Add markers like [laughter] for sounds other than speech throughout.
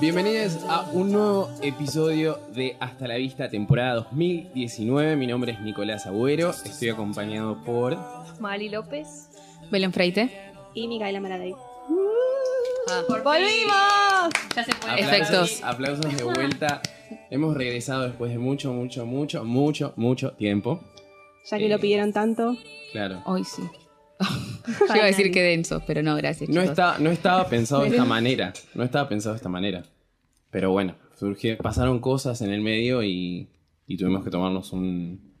Bienvenidos a un nuevo episodio de Hasta la Vista, temporada 2019. Mi nombre es Nicolás Agüero, estoy acompañado por... Mali López Belén Freite. y Micaela Maradei. ¡Volvimos! Ya se fue. Efectos. Aplausos de vuelta. Hemos regresado después de mucho, mucho, mucho, mucho, mucho tiempo. Ya que lo pidieron tanto. Claro. Hoy sí. Yo iba a decir que denso, pero no, gracias. No, chicos. está, no [laughs] estaba pensado de esta manera. No estaba pensado de esta manera. Pero bueno, surgió, pasaron cosas en el medio y, y tuvimos que tomarnos un,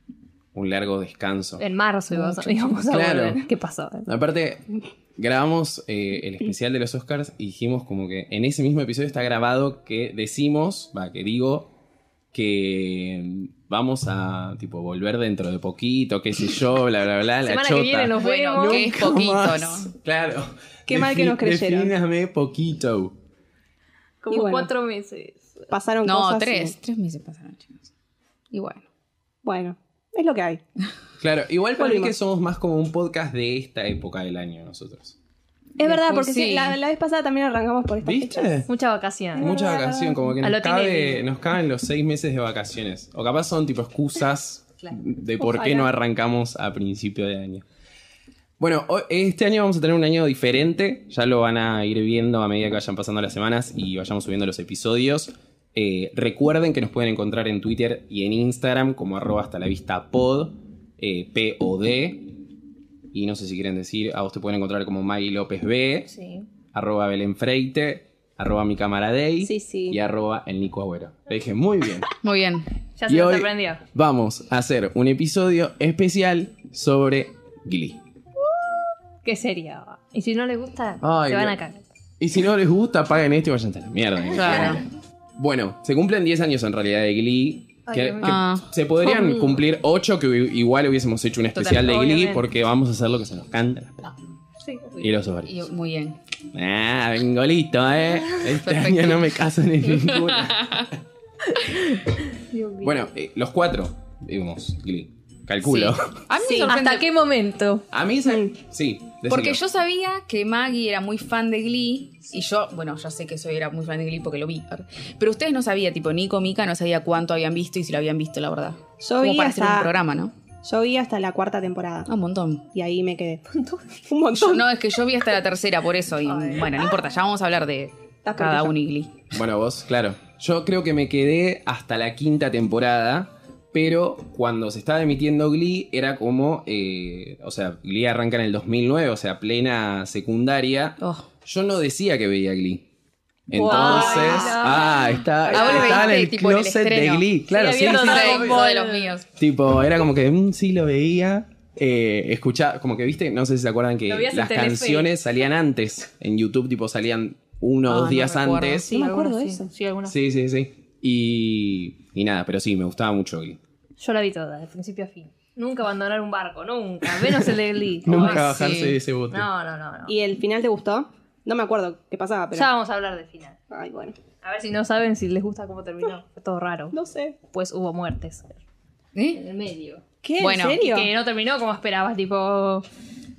un largo descanso. En marzo íbamos a, íbamos a Claro. volver. ¿Qué pasó? Aparte, grabamos eh, el especial de los Oscars y dijimos como que en ese mismo episodio está grabado que decimos, va, que digo que vamos a tipo volver dentro de poquito, qué sé yo, bla bla bla, la Semana chota. que viene nos Bueno, vemos. que es poquito, más. ¿no? Claro. Qué mal que nos creyeron. Defíname poquito. Y Como bueno. cuatro meses. Pasaron No, cosas. y- tres. Tres meses pasaron, chicos. Y bueno. Bueno, es lo que hay. Claro, igual para mí Volvimos. que somos más como un podcast de esta época del año nosotros. Es verdad, Pues porque sí, sí. la, la vez pasada también arrancamos por esta ¿Viste? Mucha vacación. Mucha vacación, como que A nos, lo cabe, Tinelli. nos caben los seis meses de vacaciones. O capaz son tipo [laughs] excusas de por qué Ojalá. no arrancamos a principio de año. Bueno, ho- este año vamos a tener un año diferente. Ya lo van a ir viendo a medida que vayan pasando las semanas y vayamos subiendo los episodios. Eh, recuerden que nos pueden encontrar en Twitter y en Instagram como arroba hasta la vista pod, eh, P-O-D. Y no sé si quieren decir, a vos te pueden encontrar como Maggie López B Sí. arroba Belén Freite, arroba mi camaradei Sí, sí. y arroba el Nico Agüero. Le dije, muy bien. Muy bien. Ya Y se nos hoy- sorprendió. Vamos a hacer un episodio especial sobre Glee. ¿Qué sería? Y si no les gusta, Ay, se van Dios. a cagar. Y si no les gusta, paguen esto y vayan a la mierda. Claro. Bueno, se cumplen 10 años en realidad de Glee. Ay, que- Dios que mío. Ah. Se podrían cumplir 8 que i- igual hubiésemos hecho un especial de Glee obviamente. porque vamos a hacer lo que se nos canta las pelotas Sí. y los ovarios. Y- muy bien. Ah, bengolito, eh. Este Perfecto. año no me caso ni ninguna. bueno, eh, los cuatro vimos Glee. Calculo. Sí. A mí me sorprende ¿Hasta qué momento? [laughs] A mí se... Sí, decilo. Porque yo sabía que Maggie era muy fan de Glee y yo, bueno, ya sé que soy era muy fan de Glee porque lo vi. Pero ustedes no sabían, tipo Nico, Mica, no sabía cuánto habían visto y si lo habían visto, la verdad. Yo Como vi para hacer hasta- un programa, ¿no? Yo vi hasta la cuarta temporada. Ah, un montón. Y ahí me quedé. [laughs] Un Yo- montón. no, es que yo vi hasta la tercera por eso y bueno, no importa, ya vamos a hablar de Estás cada perdida. uno y Glee. Bueno, vos, claro. Yo creo que me quedé hasta la quinta temporada, pero cuando se estaba emitiendo Glee era como... eh, o sea, Glee arranca en el 2009, o sea, plena secundaria. Oh. Yo no decía que veía Glee. Wow. Entonces, ah, está, Ah, vos lo estaba en el veiste, tipo, en el closet de estreno. Glee. Claro, sí, Sí, viendo sí, Dragon sí. Ball. Soy uno de los míos. Tipo, era como que mm, sí lo veía. Eh, escuchaba, como que viste, no sé si se acuerdan que Lo veías en las Telefe. canciones salían antes. En YouTube, tipo, salían uno o Ah, dos no días recuerdo, antes. No me acuerdo de eso. Sí, algunas. Sí, sí, sí. Y, y nada, pero sí, me gustaba mucho Glee. Yo la vi toda, de principio a fin. Nunca abandonar un barco, nunca. Menos el de [laughs] Glee. Nunca sí. bajarse de ese bote. No, no, no. no. ¿Y el final te gustó? No me acuerdo qué pasaba, pero. Ya vamos a hablar del final. Ay, bueno. A ver si no saben si les gusta cómo terminó. Fue todo raro. No sé. Pues hubo muertes ¿Eh? en el medio. ¿Qué? Bueno, ¿En serio? Que no terminó como esperabas, tipo.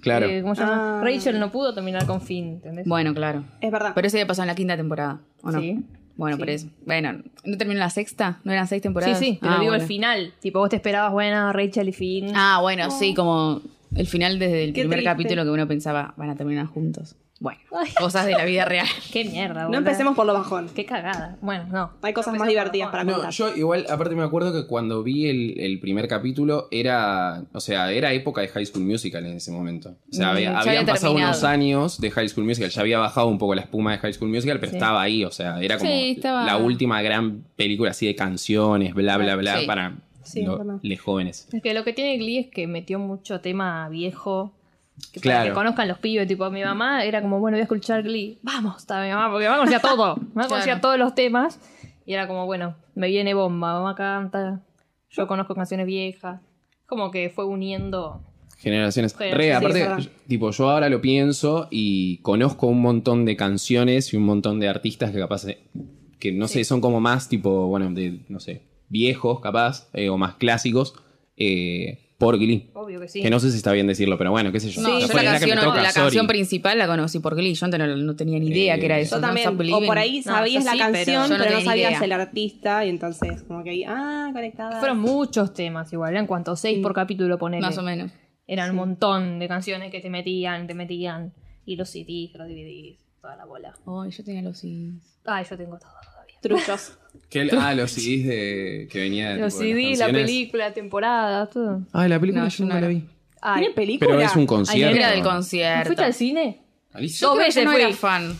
Claro. eh, ¿Cómo se llama? Ah. Rachel no pudo terminar con Finn, ¿entendés? Bueno, claro. Es verdad. Pero eso ya pasó en la quinta temporada, ¿o no? Sí. Bueno, por eso. Bueno, ¿no terminó la sexta? ¿No eran seis Sí, temporadas? sí, te Ah, lo digo bueno. al final. Tipo, vos te esperabas, bueno, Rachel y Finn. Ah, bueno, sí, como el final desde el Qué primer triste. capítulo que uno pensaba van a terminar juntos. Bueno, cosas de la vida real. Qué mierda, no boluda. empecemos por lo bajón. Qué cagada. Bueno, no. Hay cosas No empecemos más divertidas por para lo No, contar. yo igual, aparte me acuerdo que cuando vi el, el primer capítulo era, o sea, era época de High School Musical en ese momento. O sea, Mm, había- ya había habían pasado terminado. unos años de High School Musical, ya había bajado un poco la espuma de High School Musical, pero Sí. estaba ahí, o sea, era como Sí, estaba- la última gran película así de canciones, bla, bla, bla, Sí. para Sí, lo- verdad. les jóvenes. Es que lo que tiene Glee es que metió mucho tema viejo. Que para Claro. que conozcan los pibes, tipo, mi mamá era como, bueno, voy a escuchar Glee. Vamos, estaba mi mamá, porque mi mamá conocía todo. Mi mamá conocía Claro. todos los temas. Y era como, bueno, me viene bomba, mamá canta, yo conozco canciones viejas. Como que fue uniendo. Generaciones. Joder, Re, sí, aparte, es verdad. tipo, yo ahora lo pienso y conozco un montón de canciones y un montón de artistas que capaz, eh, que no sé, son como más tipo, bueno, de, no sé, viejos capaz, eh, o más clásicos, eh, por Glee. Obvio que sí. Que no sé si está bien decirlo, pero bueno, qué sé yo. No, Ya yo yo fue, la, es que me canción, toca, la sorry. canción principal la conocí por Glee. Yo no, no tenía ni idea Eh, que era eso. Yo ¿no? también. Stop O Believing. por ahí No, sabías yo la sí, pero canción, yo no pero, no, tenía ni sabías idea. el artista. Y entonces, como que ahí, ah, conectada. Fueron muchos temas igual, eran cuantos, seis por capítulo ponele. Más o menos. Eran un montón de canciones que te metían, te metían. Y los CDs, los DVDs, toda la bola. Ay, yo tenía los CDs. Ay, yo tengo todo todavía. truchos. Que el- ah, los CDs de, que venía de, Los tipo, de las CDs, la canciones. película, temporada, todo. Ay, la película No, yo yo no nunca la era. vi. Ay, ¿Tiene película? Pero es un concierto. Era del ¿no concierto. ¿Fuiste al cine? Alicia. Yo creo que veces no fui. era fan.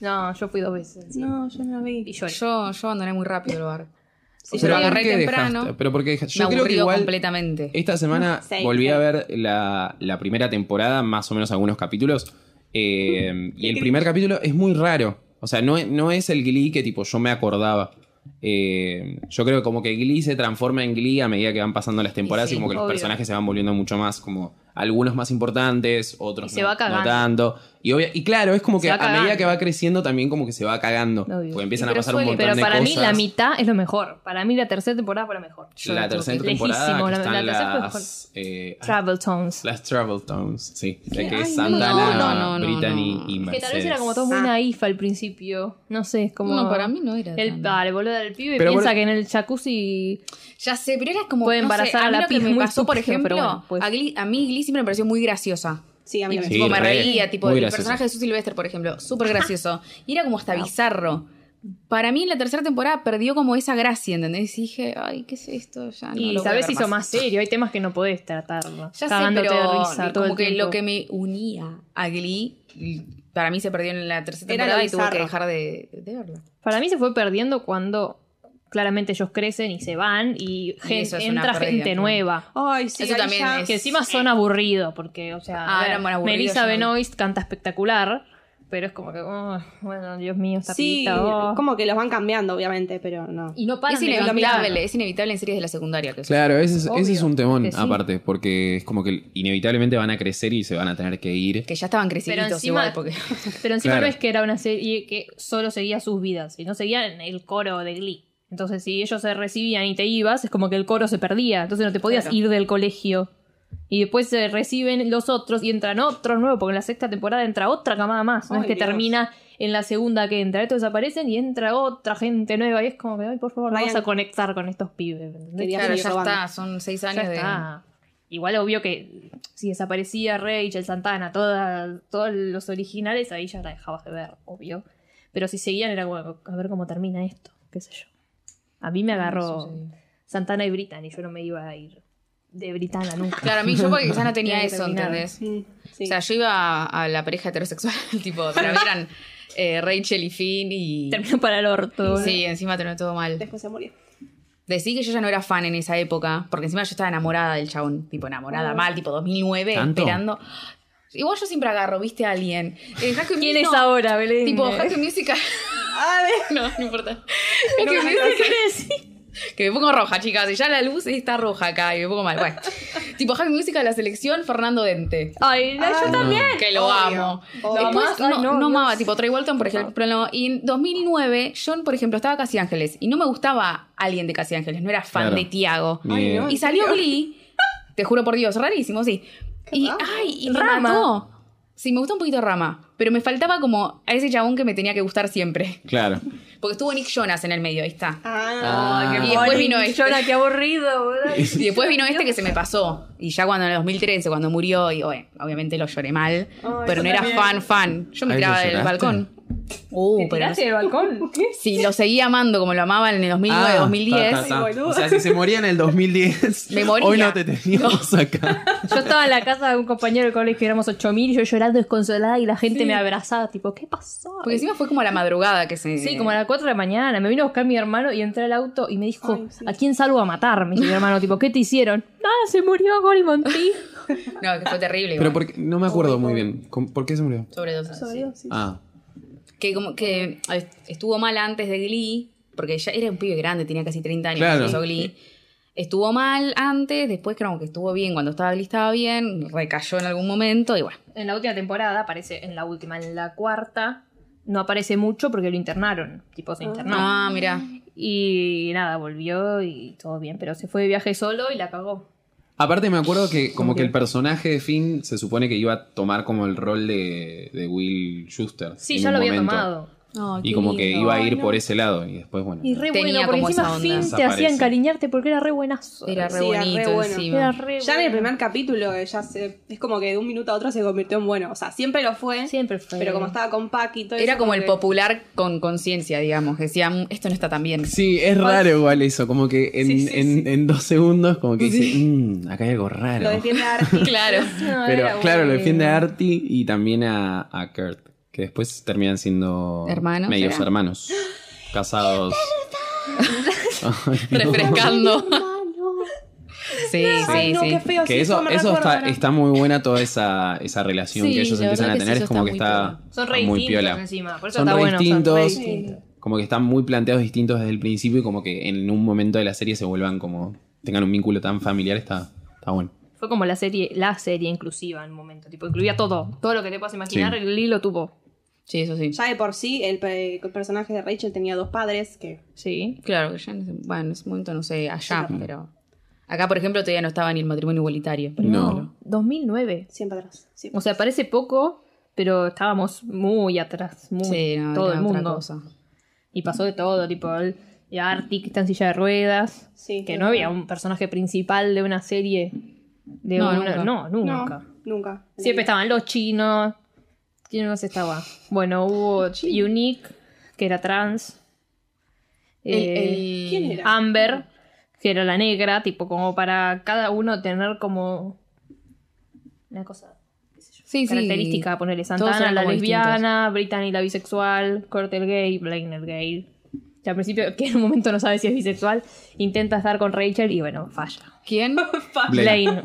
No, yo fui dos veces. No, yo no la Y vi. lloré. Yo, yo abandoné muy rápido el bar. Sí, yo lo ¿por agarré qué temprano. dejaste? Pero porque dejaste- Me yo creo que aburrió igual completamente. esta [laughs] semana Sí, volví sí. a ver la, la primera temporada, más o menos algunos capítulos. [laughs] eh, y el primer capítulo es muy raro. O sea, no, es- no es el Glee que tipo yo me acordaba. Eh, yo creo que como que Glee se transforma en Glee a medida que van pasando las temporadas y, sí, como que los obvio. personajes se van volviendo mucho más como algunos más importantes, otros Y se no, va no cagando. tanto. Y, obvia- y claro, es como que Se va a medida cagando. que va creciendo también como que se va cagando. Obvio. Porque empiezan Y a pero pasar fue- un montón Pero de para cosas. mí la mitad es lo mejor. Para mí la tercera temporada fue la mejor. Yo la la tuve tercera que- temporada Lejísimo, que la- están la tercera fue las, eh, ay, Travel Tones. las Travel Tones, sí. La que Ay, es no, Santana, no, no, no, Brittany no. y Es Que Mercedes. tal vez era como todo muy Ah. naif al principio. No sé, es como. No, para mí no era El, tanto. ah, el boludo del pibe Pero piensa boludo- que en el jacuzzi. Ya sé, pero era como. Puede no sé, embarazar a mí la lo que pija, me muy pasó, por estúpido, ejemplo, pero bueno, pues. a, Glee- a mí Glee siempre me pareció muy graciosa. Sí, a mí Y también. Sí, tipo, me re. reía, tipo, Muy el gracioso. personaje de Susie Sylvester, por ejemplo, súper [laughs] gracioso. Y era como hasta Ah. bizarro. Para mí, en la tercera temporada perdió como esa gracia, ¿entendés? Y dije, ay, ¿qué es esto? Ya no y lo voy a sabes, ver hizo más más serio. Hay temas que no podés tratar. ¿no? Ya sé, Cagándote pero de risa. todo como el que tiempo. lo que me unía a Glee, y para mí se perdió en la tercera Era lo temporada y tuve que dejar bizarro. de, de verla. Para mí se fue perdiendo cuando claramente ellos crecen y se van y, gen- eso es una entra pérdida, gente claro. nueva. Ay, sí, Eso ahí también ya- es- Que encima son aburridos, porque, o sea, Ah, a ver, eran aburridos, Melissa yo no vi. Benoist canta espectacular, pero es como que, oh, bueno, Dios mío, esta Sí, pibita, oh. como que los van cambiando, obviamente, pero no. Y no Es paran de inevitable, cambiar. es inevitable en series de la secundaria. Que eso- Claro, ese es, ese es Obvio un temón que sí. aparte, porque es como que inevitablemente van a crecer y se van a tener que ir. Que ya estaban creciditos Pero encima- igual, porque... [laughs] Pero encima Claro. no es que era una serie que solo seguía sus vidas, sino seguían el coro de Glee. Entonces, si ellos se recibían y te ibas, es como que el coro se perdía. Entonces no te podías Claro. ir del colegio. Y después se reciben los otros y entran otros nuevos, porque en la sexta temporada entra otra camada más. No Ay, es que Dios. termina en la segunda que entra. Estos desaparecen y entra otra gente nueva. Y es como que, ay, por favor, no Ryan- vas a conectar con estos pibes. ¿me entendés? Quería Claro, seguir ya robando. está, son seis Ya años de... está. Igual obvio que si desaparecía Rachel, Santana, toda- todos los originales, ahí ya la dejabas de ver, obvio. Pero si seguían era como, a ver cómo termina esto, qué sé yo. A mí me agarró Santana y Brittany, yo no me iba a ir de [laughs] Britana nunca. Claro, a mí yo porque quizás no tenía Tiene que eso, terminar. ¿entendés? Mm, sí. O sea, yo iba a, a la pareja heterosexual, [laughs] tipo, para mí eran eh, Rachel y Finn y... Terminó para el orto. Sí, encima terminó todo mal. Después se murió. Decí que yo ya no era fan en esa época, porque encima yo estaba enamorada del chabón, tipo enamorada mal, tipo 2009, ¿Tanto? esperando. Igual yo siempre agarro, viste a alguien. Eh, High School ¿Quién Musical- es ahora, Belén? [laughs] Tipo, High School Musical. A ver. [laughs] No, no importa. ¿Qué High School Musical- decir? Que me pongo roja, chicas. Y ya la luz está roja acá y me pongo mal. Bueno. tipo, Happy Music a la selección, Fernando Dente. Ay, no, Ah. yo también. Que lo Obvio. amo. Después, Obvio. ¿Lo amás? Ay, no, no, no Dios. amaba, tipo Trey Walton, por ejemplo. no. Y en 2009, John, por ejemplo, estaba Casi Ángeles. Y no me gustaba alguien de Casi Ángeles. No era fan Claro. de Tiago. Ay, no, Y ¿en salió Glee. Te juro por Dios, rarísimo, sí. Y, raro. ay, y me Rama. mató. Sí, me gusta un poquito Rama. Pero me faltaba como a ese chabón que me tenía que gustar siempre. Claro. Porque estuvo Nick Jonas en el medio, ahí está. Ah, Ah. Y después vino Ay, este. Jonah, qué aburrido, boludo. Y después vino este que se me pasó. Y ya cuando en el 2013, cuando murió, y bueno, obviamente lo lloré mal. pero no era fan, fan. Yo me Ay, ¿lo tiraba del lloraste? balcón. Uh, ¿Te pero tiraste del balcón? ¿Qué? si lo seguía amando como lo amaba en el 2009, Ah, 2010. ta, ta, ta. Ay, boludo. O sea, si se moría en el 2010, Me moría. hoy no te teníamos acá. Yo estaba en la casa de un compañero del colegio, éramos 8000, yo llorando desconsolada y la gente me abrazaba, tipo, ¿qué pasó? Porque encima fue como a la madrugada que se. Sí, como a las 4 de la mañana, me vino a buscar mi hermano y entré al auto y me dijo, Ay, sí. ¿a quién salgo a matar? Me dijo mi hermano, tipo, ¿qué te hicieron? Ah, se murió Gori Monti. No, que fue terrible. Pero igual. porque, no me acuerdo muy bien. ¿Con- ¿Por qué se murió? Sobredosis. Sobre sí. Dios, sí. Ah, Que como que a ver, estuvo mal antes de Glee, porque ya era un pibe grande, tenía casi 30 años Claro. cuando hizo Glee. Estuvo mal antes, después creo que estuvo bien, cuando estaba Glee estaba bien, recayó en algún momento y bueno. [laughs] En la última temporada, aparece en la última, en la cuarta, no aparece mucho porque lo internaron, tipo, se Ah. internó. Ah, mira. Y nada, volvió y todo bien, pero se fue de viaje solo y la cagó. Aparte me acuerdo que como que el personaje de Finn se supone que iba a tomar como el rol de, de Will Schuster. Sí, en ya un lo había momento. tomado. Y como que lindo. iba a ir Ay, no. por ese lado y después, bueno. Y re bueno, Tenía porque como encima esa onda. fin te Desaparece. hacían encariñarte porque era re buenazo. Era re Sí, era re bonito bueno. encima. Era re Ya en el bueno. primer capítulo eh, ya se, es como que de un minuto a otro se convirtió en bueno. O sea, siempre lo fue. Siempre fue. Pero como estaba con Pac y todo Era eso, como el que- popular con conciencia, digamos. Decía, "Mm, esto no está [laughs] tan bien. Sí, es raro igual eso, como que en, Sí, sí, en- sí. en dos segundos como que dice, "Mm, acá hay algo Lo raro. defiende Arti. Claro. No, Pero era claro, lo bueno. defiende a Artie y también a, a Kurt, que después terminan siendo Hermanos, medios ¿será? hermanos, casados. [laughs] Ay, no. [laughs] Refrescando. Sí, Ay, sí, no, sí. qué feo. sí, Que eso, me eso recuerdo está, ahora. está muy buena toda esa, esa relación Sí, que ellos la empiezan verdad a que sí, tener. eso es como está que muy está, piola. Son re muy distintos piola. encima. Por eso Son está re bueno. distintos. Son re Sí. distintos. Como que están muy planteados distintos desde el principio y como que en un momento de la serie se vuelvan como... Tengan un vínculo tan familiar, está, está bueno. Fue como la serie, la serie inclusiva en un momento. Tipo, incluía todo. Todo lo que te puedas imaginar, Sí. Glee lo tuvo. Sí, eso sí. Ya de por sí, el, pe- el personaje de Rachel tenía dos padres que. Sí. Claro, que ya en ese, bueno, en ese momento no sé, allá, Sí, claro. pero. Acá, por ejemplo, todavía no estaba ni el matrimonio igualitario. por No. ejemplo. 2009. Siempre atrás. siempre. O sea, parece poco, pero estábamos muy atrás. Muy, Sí, no, todo era el otra mundo. cosa. Y pasó de todo. Tipo, el, el Arctic que está en silla de ruedas. Sí, Que no había un personaje principal de una serie. De No, una- nunca. No, No, nunca. nunca. Siempre estaban los chinos. ¿Quién más estaba? Bueno, hubo Unique, que era trans. Eh, El- el- ¿Quién era? Amber, que era la negra, tipo como para cada uno tener como una cosa. Sí, sí. característica, ponerle Todos Santana, eran la como lesbiana, Brittany la bisexual, Kurt el gay, Blaine el gay. Que al principio, [laughs] que en un momento no sabe si es bisexual, intenta estar con Rachel y bueno, falla. ¿Quién? Blaine. Blaine.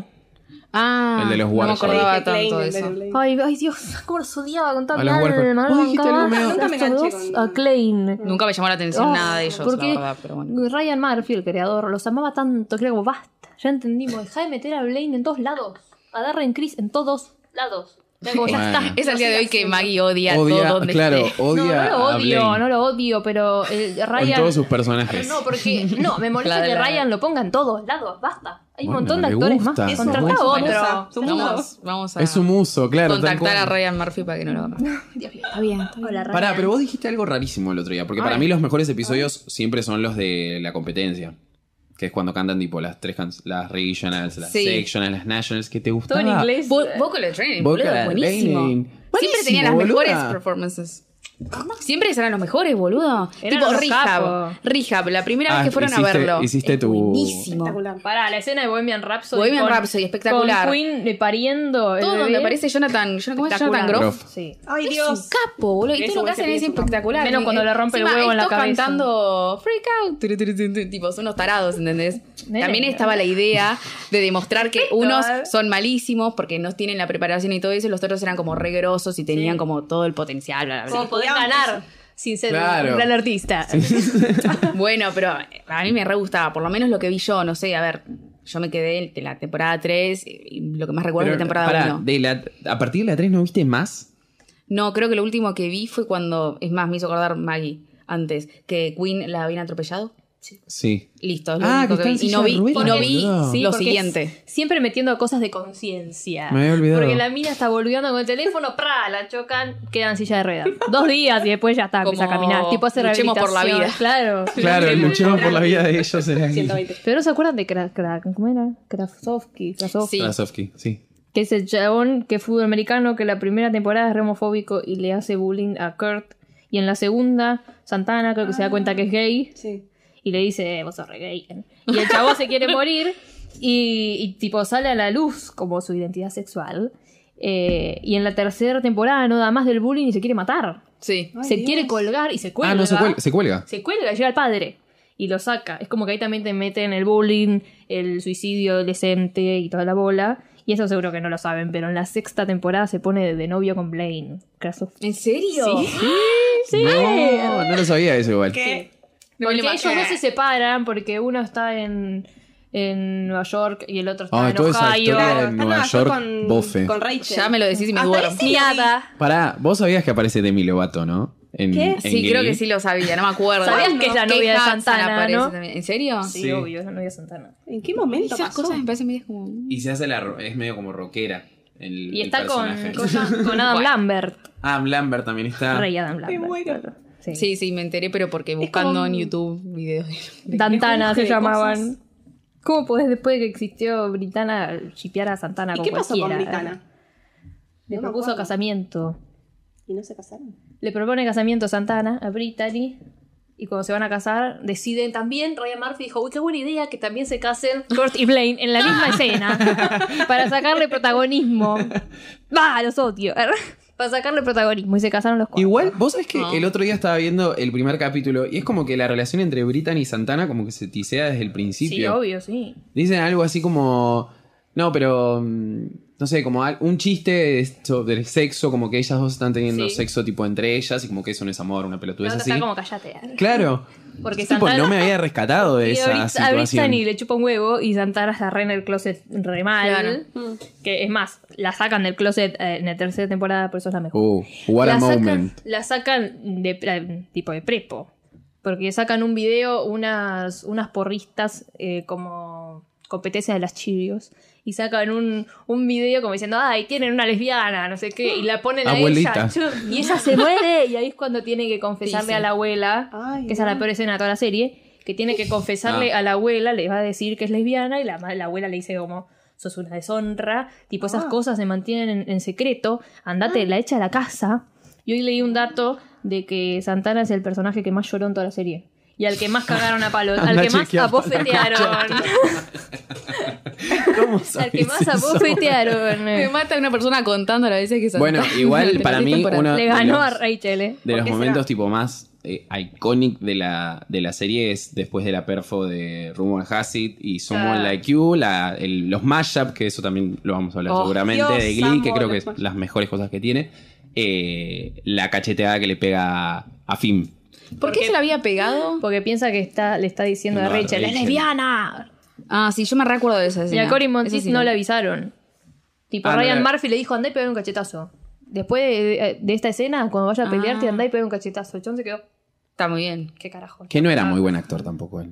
Ah, El de los no me guardias. acordaba Dije tanto Klein de en vez eso. de Blaine. Ay, ay, Dios, cómo los odiaba con toda A los mi Warcraft. alma. no Vos dijiste bancaba algo medio- Nunca me estos enganché dos con- a Klein. Nunca me llamó la atención Oh, nada de ellos, porque- la verdad, pero bueno. Ryan Murphy, el creador, los amaba tanto que era como basta. Ya entendimos, dejá de meter a Blaine en todos lados. A Darren Chris en todos lados. Era como, ya Bueno. está. Es al día de hoy que Maggie odia, Odia, todo donde claro, esté. odia No, no lo a odio, Blaine. no lo odio, pero el En Ryan. todos sus personajes. No, porque. [laughs] No, me molesta La de que la- Ryan lo ponga en todos lados, basta. Hay un Bueno, montón de le actores gusta, más. le Contratá gusta. a Bueno, otro. sa- Vamos, vamos a Es un muso, claro. tal contactar a cual. Ryan Murphy para que no lo haga. Está bien, está Hola, Ryan. Pará, pero vos dijiste algo rarísimo el otro día, porque A para ver. mí los mejores episodios siempre son los de la competencia. Que es cuando cantan tipo las tres can- las regionals, las Sí. sectionals, las nationals, que te Todo gustaba. en inglés. Vocal Training, Vocal boludo, buenísimo. Training. Siempre Buenísimo, tenían las boluda. mejores performances. Siempre esos eran los mejores, boludo. Eran tipo los Rehab. capos. Rehab, la primera Ah, vez que fueron hiciste- a verlo. hiciste Es tu- Buenísimo. Espectacular. Pará, la escena de Bohemian Rhapsody. Bohemian con- Rhapsody, espectacular. Con Queen eh, pariendo. el Todo donde bebé. aparece Jonathan, ¿cómo es Espectacular. Jonathan Groff? Groff. Sí. Ay, Es un Dios. capo, boludo. Y Eso, todo lo que ese hacen pibe es es un capo. espectacular. Menos Y- eh, cuando le rompe el encima, huevo en la estos cabeza. cantando Freak Out. tu, tu, tu, tu, Tipo, son unos tarados, ¿entendés? Nene. También estaba la idea de demostrar que unos eh. son malísimos porque no tienen la preparación y todo eso. y Los otros eran como re grosos y tenían como todo el potencial, bla, bla, Como bla. poder ganar sin ser Claro. un gran artista. [laughs] Bueno, pero a mí me re gustaba. Por lo menos lo que vi yo, no sé, a ver. Yo me quedé de la temporada 3 y lo que más recuerdo Pero, es la temporada pará, 1. de la- a partir de la 3 no viste más. No, creo que lo último que vi fue cuando, es más, me hizo acordar Maggie antes, que Queen la habían atropellado. Sí. Listo, es lo Ah, único que que, está en vi. Y no vi, silla de y no ruedas, vi boludo. lo porque siguiente. es Siempre metiendo cosas de conciencia. Me había olvidado. Porque la mina está boludeando con el teléfono, pra, la chocan, queda en silla de ruedas. Dos días y después ya está, empieza a Como, caminar. Tipo hace luchemos por la rehabilitación, Claro. Claro, luchemos por la vida de ellos. [laughs] Era ahí. 120. Pero no se acuerdan de Kra Kra- ¿cómo era? Krasovsky, Krasovsky, Sí. Krasovsky, sí. Ah, que es el chabón que es fútbol americano que la primera temporada es remofóbico y le hace bullying a Kurt Y en la segunda, Santana creo que se da cuenta que es gay Sí. y le dice, "Eh, vos sos re gay. Y el chavo se quiere morir y, y, tipo sale a la luz como su identidad sexual. Eh, y en la tercera temporada no da más del bullying y se quiere matar. Sí. Ay, se Dios. quiere colgar y se cuelga. Ah, no, se cuelga. Se cuelga. Se cuelga, llega el padre y lo saca. Es como que ahí también te meten el bullying, el suicidio adolescente y toda la bola. Y eso seguro que no lo saben, pero en la sexta temporada se pone de novio con Blaine. Craso. ¿En serio? Sí. No, no lo sabía eso igual. ¿Qué? No me Porque lo ellos imagino. no se separan porque uno está en, en Nueva York y el otro está Ah, en toda esa Ohio. historia Claro, en está Nueva Nueva York York, con, bofe. con Rachel. Ya me lo decís y me Hasta duermo. ahí sí lo vi. Niada. Pará, vos sabías que aparece Demi Lovato, ¿no? En, ¿Qué? en Sí, Glee. creo que sí lo sabía, no me acuerdo. ¿Sabías que es la Kate novia de Hudson Santana, aparece no? también. ¿En serio? Sí, Sí. obvio, es la novia de Santana. ¿En qué momento Esas pasó? cosas me parecen medias como... Y se hace la. ro- Es medio como rockera. El, Y el está con, personaje. [laughs] con, con Adam Bueno. Lambert. Adam Lambert también está. Rey Adam Lambert. muero. claro. Sí. Sí, sí, me enteré, pero porque buscando como- en YouTube videos de... Dantana se de llamaban. cosas. ¿Cómo podés, después de que existió Britana, chipear a Santana ¿Y con qué pasó con cualquiera? Britana? Le No me propuso acuerdo. casamiento. ¿Y no se casaron? Le propone casamiento Santana a Brittany. Y cuando se van a casar, deciden también. Ryan Murphy dijo: Uy, qué buena idea que también se [laughs] casen Kurt y Blaine en la misma escena. Para sacarle protagonismo. ¡Bah! Los odio. [laughs] para sacarle protagonismo. Y se casaron los cuatro. Igual, vos sabés que No. el otro día estaba viendo el primer capítulo y es como que la relación entre Brittany y Santana como que se tisea desde el principio. Sí, obvio, sí. Dicen algo así como. No, pero. mm, No sé, como al- un chiste de- sobre el sexo, como que ellas dos están teniendo Sí. sexo tipo entre ellas y como que eso no es amor, una La pelotudez otra así. está como callatea. Claro. Porque Es tipo, Santana- no me había rescatado de [laughs] Y a esa Brit- a situación. Brittany le chupa un huevo y Santana se arrena el closet re mal. Claro. Que es más, la sacan del closet eh, en la tercera temporada, por eso es la mejor. Uh, what la, a sacan, moment. [laughs] la sacan de pre- tipo de prepo. Porque sacan un video, unas, unas porristas eh, como competencia de las chirios. Y sacan un, un video como diciendo, ay, tienen una lesbiana, no sé qué. Y la ponen a Abuelita. ella. chum, Y ella [laughs] se muere. Y ahí es cuando tiene que confesarle Sí, sí. a la abuela, Ay, que esa es la no. peor escena de toda la serie, que tiene que confesarle Ah. a la abuela, le va a decir que es lesbiana. Y la, ma- la abuela le dice como, sos una deshonra. Tipo, esas Ah. cosas se mantienen en, en secreto. Andate, la echa a la casa. Y hoy leí un dato de que Santana es el personaje que más lloró en toda la serie. Y al que más cagaron a palos, al Andá que a más chequear abofetearon, ¿Cómo al sabés que más eso? [laughs] abofetearon. Me eh. mata una persona contando las veces que [laughs] Santana... Bueno, igual Pero para sí mí temporada. uno Le de ganó a los- Rachel, ¿eh? de ¿Por los qué momentos será? tipo más eh, iconic de la, de la serie es después de la perfo de Rumor Has It y Someone Ah. Like You, la- el- los mashup, que eso también lo vamos a hablar Oh, seguramente, Dios, de Glee, que amo creo los que es mashup. las mejores cosas que tiene, eh, la cacheteada que le pega a Finn. ¿Por qué se la había pegado? Porque piensa que está, le está diciendo a No, a Rachel, ¡es Rachel". lesbiana! Ah, sí, yo me recuerdo de esa Y escena. a Cory Eso Monteith sí no me- le avisaron. Tipo, Ah, no Ryan le- Murphy le dijo, andá y pega un cachetazo. Después de, eh, de esta escena, cuando vaya a pelearte, Ah. andá y pega un cachetazo. John se quedó, Está muy bien. ¿qué carajo? Que no era muy buen actor tampoco él.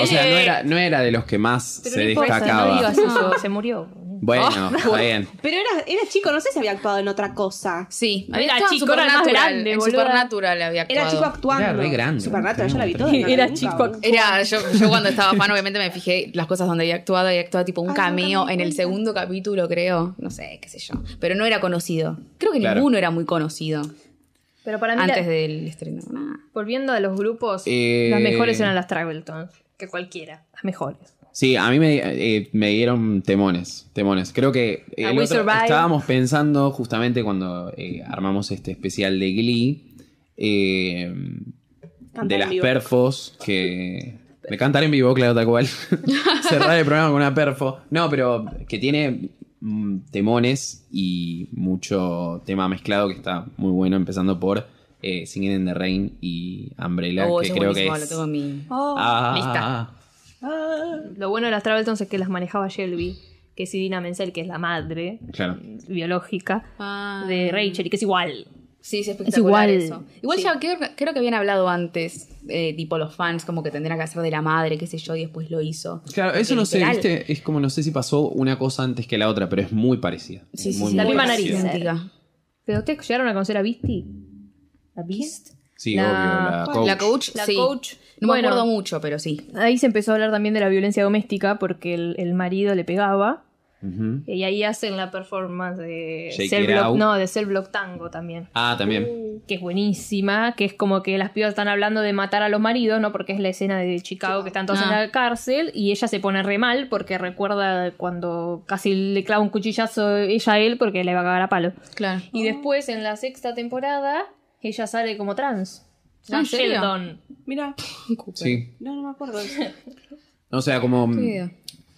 O sea, no era, no era de los que más Eh. Pero se no importa, destacaba. no digas eso, se murió. Bueno, está bien. Pero era, era chico, no sé si había actuado en otra cosa. Sí, Era estado en chico, era más Supernatural, grande, en boluda. Supernatural había actuado. Era chico actuando. Era re grande. Supernatural, yo la vi Era toda. no la Era vi nunca, chico boludo. Era, yo, yo cuando estaba fan, obviamente me fijé las cosas donde había actuado y actuaba tipo un Ah, cameo nunca me di en el cuenta. segundo capítulo, creo. No sé, qué sé yo. Pero no era conocido. Creo que Claro. ninguno era muy conocido [laughs] Pero para mí, la- antes del estreno. Ah, Nah. volviendo a los grupos, Eh. las mejores eran las Traveltons. Que cualquiera, las mejores. Sí, a mí me, eh, me dieron temones, temones. Creo que Ah, A el We otro- Survive. estábamos pensando justamente cuando eh, armamos este especial de Glee, eh, Cantar de en las vivo. perfos, que... De cantar en vivo, claro, tal cual. [laughs] Cerrar el programa con una perfo. No, pero que tiene mm, temones y mucho tema mezclado que está muy bueno, empezando por eh, Singing in the Rain y Umbrella, Oh, que eso es creo que buenísimo, es... lo tengo en mi... Oh, Ah, Lista. ah. Lo bueno de las Traveltons es que las manejaba Shelby, que es Idina Menzel, que es la madre Claro. biológica Ah. de Rachel, y que es igual. Sí, es espectacular igual. eso. Igual ya creo, creo que habían hablado antes, eh, tipo los fans, como que tendrían que hacer de la madre, qué sé yo, y después lo hizo. Claro, eso Porque no sé, literal, viste, es como no sé si pasó una cosa antes que la otra, pero es muy parecida. Sí, sí, Muy, sí, la muy misma parecida. nariz. idéntica. ¿Pero ustedes llegaron a conocer a Beastie? ¿A Beast? Sí, La- obvio, la coach. La coach, La sí. coach, No bueno. me acuerdo mucho, pero sí. Ahí se empezó a hablar también de la violencia doméstica porque el, el marido le pegaba Ujú. Y ahí hacen la performance de Shake Cell It Block, Out. no, de Cell Block Tango también. Ah, también. Que es buenísima, que es como que las pibas están hablando de matar a los maridos, ¿no? Porque es la escena de Chicago que están todos en Ah. la cárcel y ella se pone re mal porque recuerda cuando casi le clava un cuchillazo ella a él porque le va a cagar a palo. Claro. Y después en la sexta temporada ella sale como trans. Ah, ¿en serio? Sheldon. Mira, Sí. no, no me acuerdo. O sea, como. mm, Video.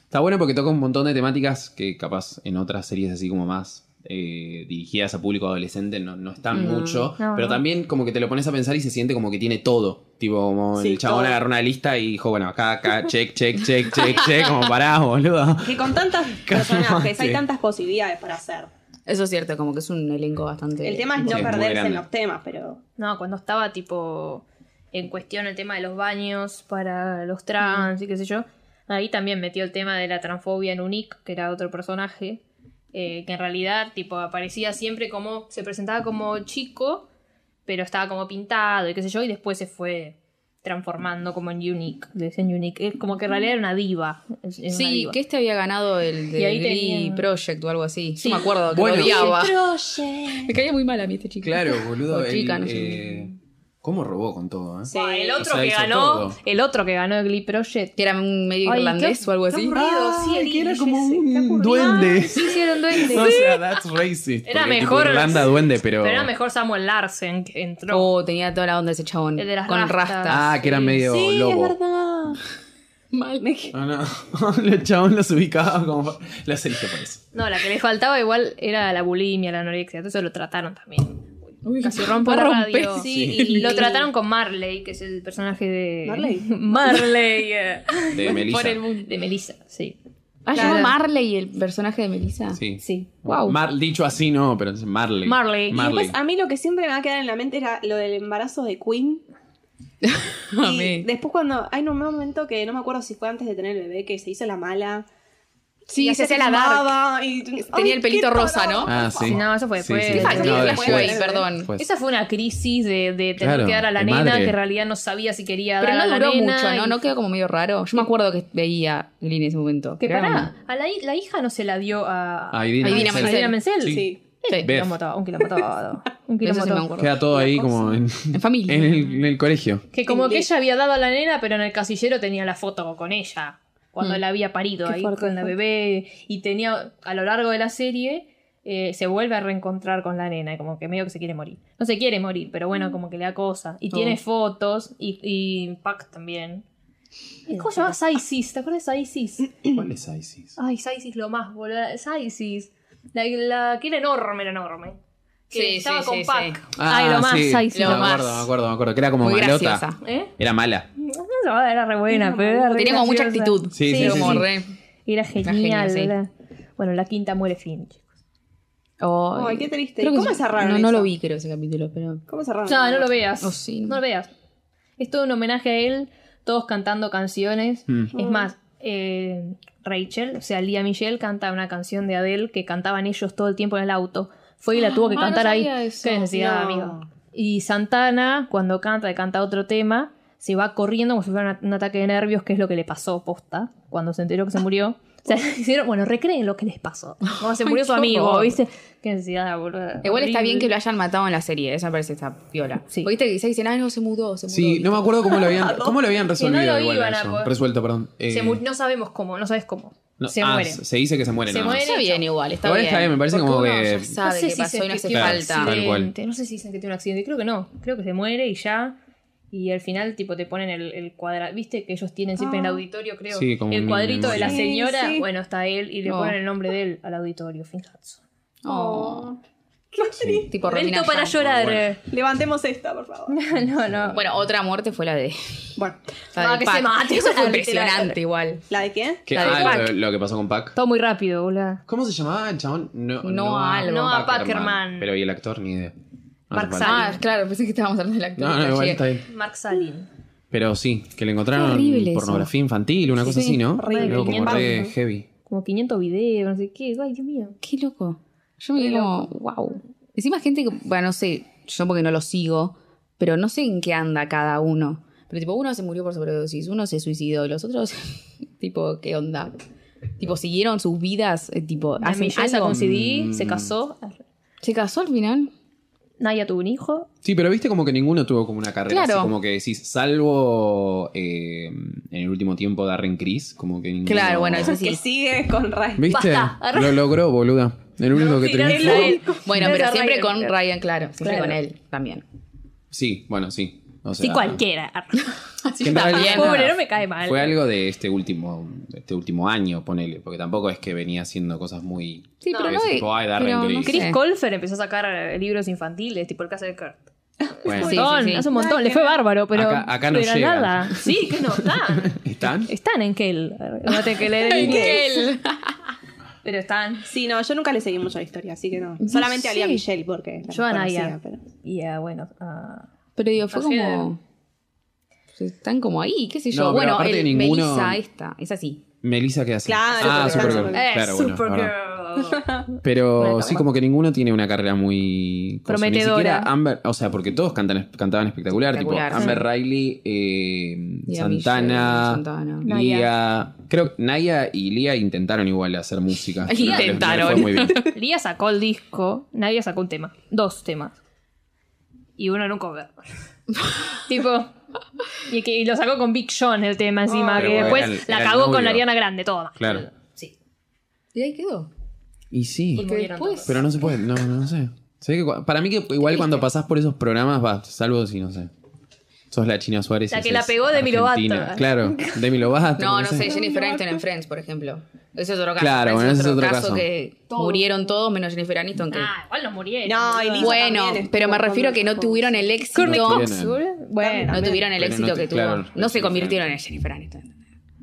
Está bueno porque toca un montón de temáticas que capaz en otras series así como más eh, dirigidas a público adolescente no, no están No, mucho. no, pero no. también como que te lo pones a pensar y se siente como que tiene todo. Tipo, como Sí, el chabón todo. agarró una lista y dijo, bueno, acá, acá, check, check, check, check, check, como pará, boludo. Que con [laughs] tantos personajes hay Calmate. tantas posibilidades para hacer. Eso es cierto, como que es un elenco bastante. El tema es no Sí, es muy perderse grande. en los temas, pero No, cuando estaba tipo en cuestión el tema de los baños para los trans y qué sé yo. Ahí también metió el tema de la transfobia en Unique, que era otro personaje, eh, que en realidad tipo aparecía siempre como, se presentaba como chico, pero estaba como pintado y qué sé yo, y después se fue transformando como en Unique, le decían Unique, es como que en realidad era una diva. es- era una Sí, diva. que este había ganado el Y de ahí Glee tenían- Project o algo así. Sí. Yo me acuerdo que Bueno. lo odiaba. Me caía muy mal a mí este chico. Claro, boludo. O el, chica, no sé. eh, ¿Cómo robó con todo, eh? Sí. Ah, el O otro sea, que hizo ganó, todo. el otro que ganó el Glee Project, Que era un medio Ay, irlandés qué- o algo qué [laughs] así. aburrido. Ah, sí, el Glee, ese, qué aburrido. duende. Sí, sí, era un duende. [laughs] O sea, that's racist. Era porque, tipo, mejor- Irlanda duende, pero. Pero era mejor Samuel Larsen que entró. Oh, tenía toda la onda ese chabón. El de las con rastas. rastas. Ah, que era Sí. medio Sí, lobo. es verdad. mal. No, no. [laughs] El chabón los ubicaba como. Las eligió por eso. No, la que le faltaba igual era la bulimia, la anorexia. Todo eso lo trataron también. Uy, Casi rompo la rompe. radio. Sí, Y y lo trataron con Marley, que es el personaje de. ¿Marley? [laughs] Marley. eh, De Melissa. Por el mundo. de Melissa, sí. Ah, Claro. llamó Marley el personaje de Melissa. Sí. Sí. Wow. Mar- dicho así, no, pero es Marley. Marley. Y después, a mí lo que siempre me va a quedar en la mente era lo del embarazo [laughs] de Queen. Y Amé. después cuando hay un momento que no me acuerdo si fue antes de tener el bebé que se hizo la mala. Sí, y se hacía la dark. fumaba, y- Tenía el ¡Ay, pelito qué rosa, ¿no? tarado! Ah, sí. Sí, no, eso fue Sí, después. sí, Fija, sí. yo No, la después, juego ahí, después. perdón. después. Esa fue una crisis de, de tener Pues- Claro, que dar a la de nena madre. que en realidad no sabía si quería Pero dar no a la duró nena mucho, y- ¿no? No quedó como medio raro. Yo me acuerdo que veía Glee en ese momento. Que Era pará, a la, hi- la hija no se la dio a, A Idina a Menzel. Menzel. Sí. Sí. Un Beth. quilombo todo, un quilombo todo. Un Eso quilombo sí me todo. acuerdo. Queda todo ahí La como en, En familia. en el, en el colegio. Que como que Inglés. ella había dado a la nena, pero en el casillero tenía la foto con ella. Cuando Mm. la había parido Qué ahí fuerte, con la fuerte. bebé. Y tenía, a lo largo de la serie, eh, se vuelve a reencontrar con la nena. y Como que medio que se quiere morir. No se quiere morir, pero bueno, como que le da cosa. Y Mm. Oh. tiene fotos. Y, y Pac también. ¿Y ¿Cómo se llama? Saisis. ¿Te acuerdas de Saisis? Mm. ¿Cuál es Isis? Ay, Saisis lo más, boludo. Saisis. La, la que era enorme, era enorme. Que Sí, estaba sí, con sí, Pac. Ah, sí. Ay, lo más, sí. Saisis. Lo me más. acuerdo, me acuerdo, me acuerdo. Que era como Muy malota. graciosa. ¿Eh? [laughs] Era mala. No, era re buena, pero era re Tenía como mucha graciosa. actitud. Sí, sí, como sí. re. Era genia, genial. sí. era- Bueno, la quinta muere fin, chicos. Ay, qué triste. Creo que ¿Cómo sí. cerraron No, no eso? lo vi, creo, ese capítulo, pero. ¿Cómo cerraron? Ah, No, no lo veas. Oh, sí. No lo veas. Es todo un homenaje a él, todos cantando canciones. Mm. Es más, eh, Rachel, o sea, Lía Michelle canta una canción de Adele que cantaban ellos todo el tiempo en el auto. Fue y la tuvo que Ah, cantar no ahí. sabía eso. Qué necesidad, No. amigo. Y Santana, cuando canta, canta otro tema, se va corriendo como si fuera una- un ataque de nervios, que es lo que le pasó posta, cuando se enteró que se murió. O sea, [laughs] hicieron, bueno, recreen lo que [laughs] les pasó. Como se murió su qué amigo, horror. ¿viste? Qué necesidad, boludo. Igual está bien que lo hayan matado en la serie, eso me parece que está piola. Sí. Porque Viste que quizás dicen, ay, no, se mudó, se mudó. Sí, no me acuerdo cómo lo [laughs] habían, cómo lo habían resolvido. lo igual iban a eso. poder- Resuelto, perdón. Eh, Se mu- no sabemos cómo, no sabes cómo. no, se ah, muere. Se dice que se muere. Se nada más. muere. Está bien, igual, está Igual bien. está bien, me parece Porque como uno que- ya sabe no sé qué si pasó se y no hace efectuó un falta. Claro. Tal cual. accidente, No sé si dicen que tiene un accidente. Creo que no. Creo que se muere y ya. Y al final, tipo, te ponen el, el cuadrado. ¿Viste que ellos tienen siempre en Ah. el auditorio, creo? Sí, como el un cuadrito de la Sí, señora. sí. Bueno, está él y le No. ponen el nombre de él al auditorio. Finn Hudson. Oh, Oh. Qué triste. tipo Romina Momento para Yan. llorar. Bueno. Levantemos esta, [laughs] por favor. [laughs] no, no. Bueno, otra muerte fue la de. Bueno, la del Ah, que se Pac. mate, Eso fue literal. impresionante, igual. ¿la de qué? Que- La de ah, Pac. lo, lo que pasó con Pac. Todo muy rápido, boludo. ¿Cómo se llamaba el chabón? No, Noah algo. Noah Packerman. Pero y el actor ni idea. No hace Mark falta. Ah, claro, pensé que estábamos hablando del actor. No, no, que igual llegué. está bien. Mark Salin. Pero sí, que le encontraron horrible eso. pornografía infantil, una cosa Sí, así, ¿no? horrible. Algo como re Quinientos. heavy. Como 500 videos, no sé qué. Ay, Dios mío. Qué loco. Yo me Qué quedé como, wow. Encima gente que, bueno, no sé, yo porque no lo sigo, pero no sé en qué anda [laughs] cada uno. Pero tipo, uno se murió por sobredosis, uno se suicidó, los otros, tipo, ¿qué onda? Tipo, siguieron sus vidas, eh, tipo, La hacen Michelle algo. sacó un CD, se Mm. casó. ¿Se casó al final? Naya tuvo un hijo. Sí, pero viste como que ninguno tuvo como una carrera Claro. así, como que decís, salvo eh, en el último tiempo Darren Chris, como que ninguno... Claro, bueno, eso [laughs] Es que sí. sigue con Ryan. ¿Viste? Basta. Lo logró, boluda. El único que tirar triunfó. el aire. Bueno, [laughs] No es pero a siempre Ryan, con pero- Ryan, claro. Siempre Claro. con él también. Sí, bueno, sí. O sea, Sí, cualquiera. que en realidad Pobre, no me cae mal. Fue algo de este último, de este último año, ponele, porque tampoco es que venía haciendo cosas muy... Sí, No, pero no es de- tipo, ay, Darren pero no Criss. Chris sé. Colfer empezó a sacar eh, libros infantiles, tipo el caso de Kurt. Bueno, Un Sí, montón, sí, sí. hace un montón, le fue bárbaro, pero. Acá- acá no pero llegan. nada. Sí, que no, están. ¿están? [laughs] Están en Kel. No te que leer [laughs] en Kel. Pero están. Sí, no, yo nunca le seguí mucho la historia, así que no. Solamente sé. a Lea Michelle, porque la Yo a conocía, Naya. pero- Y ah, bueno. ah, Pero digo, fue No sé. como. Están como ahí, qué sé yo. No, pero bueno, aparte el, de ninguno- Melissa esta, es así. Melissa, ¿qué hace? Claro, ah, Supergirl. Supergirl. Eh, Claro, bueno, Supergirl. ahora. Pero sí, como que ninguno tiene una carrera muy cosa, ni Prometedora. siquiera Amber, o sea, porque todos cantan, cantaban espectacular, Espectacular, tipo sí. Amber Riley, eh, Y a Santana, Michelle Santana. Lía. Creo que Naya y Lía intentaron igual hacer música. pero no les- Intentaron. no les fue muy bien. [laughs] Lía sacó el disco, Nadia sacó un tema. Dos temas. Y uno en un [laughs] cover. tipo. Y, que, y lo sacó con Big Sean el tema encima, Oh, Pero bueno, que después era el- la era el cagó con novio. la Ariana Grande, todo mal. Claro. Sí. Y ahí quedó. Y sí, Porque murieron después. pero no se puede, no, no sé. Se ve que cua- para mí que igual cuando pasás por esos programas, va, salvo si no sé. Sos la China Suárez. La y que la sos pegó Demi argentina. Lovato. Claro, Demi Lovato. No, no sé, Jennifer Aniston en Friends, por ejemplo. Ese es otro caso. Friends Claro, bueno, ese es otro caso. que murieron todos menos Jennifer Aniston. Que... Ah, igual los murieron. No, y Lisa bueno, también estuvo pero me con refiero a que no Fox. tuvieron el éxito. Cox. No Bueno, también. tuvieron el Pero éxito no te- que tuvo. claro, no se sí, convirtieron claro. en Jennifer Aniston.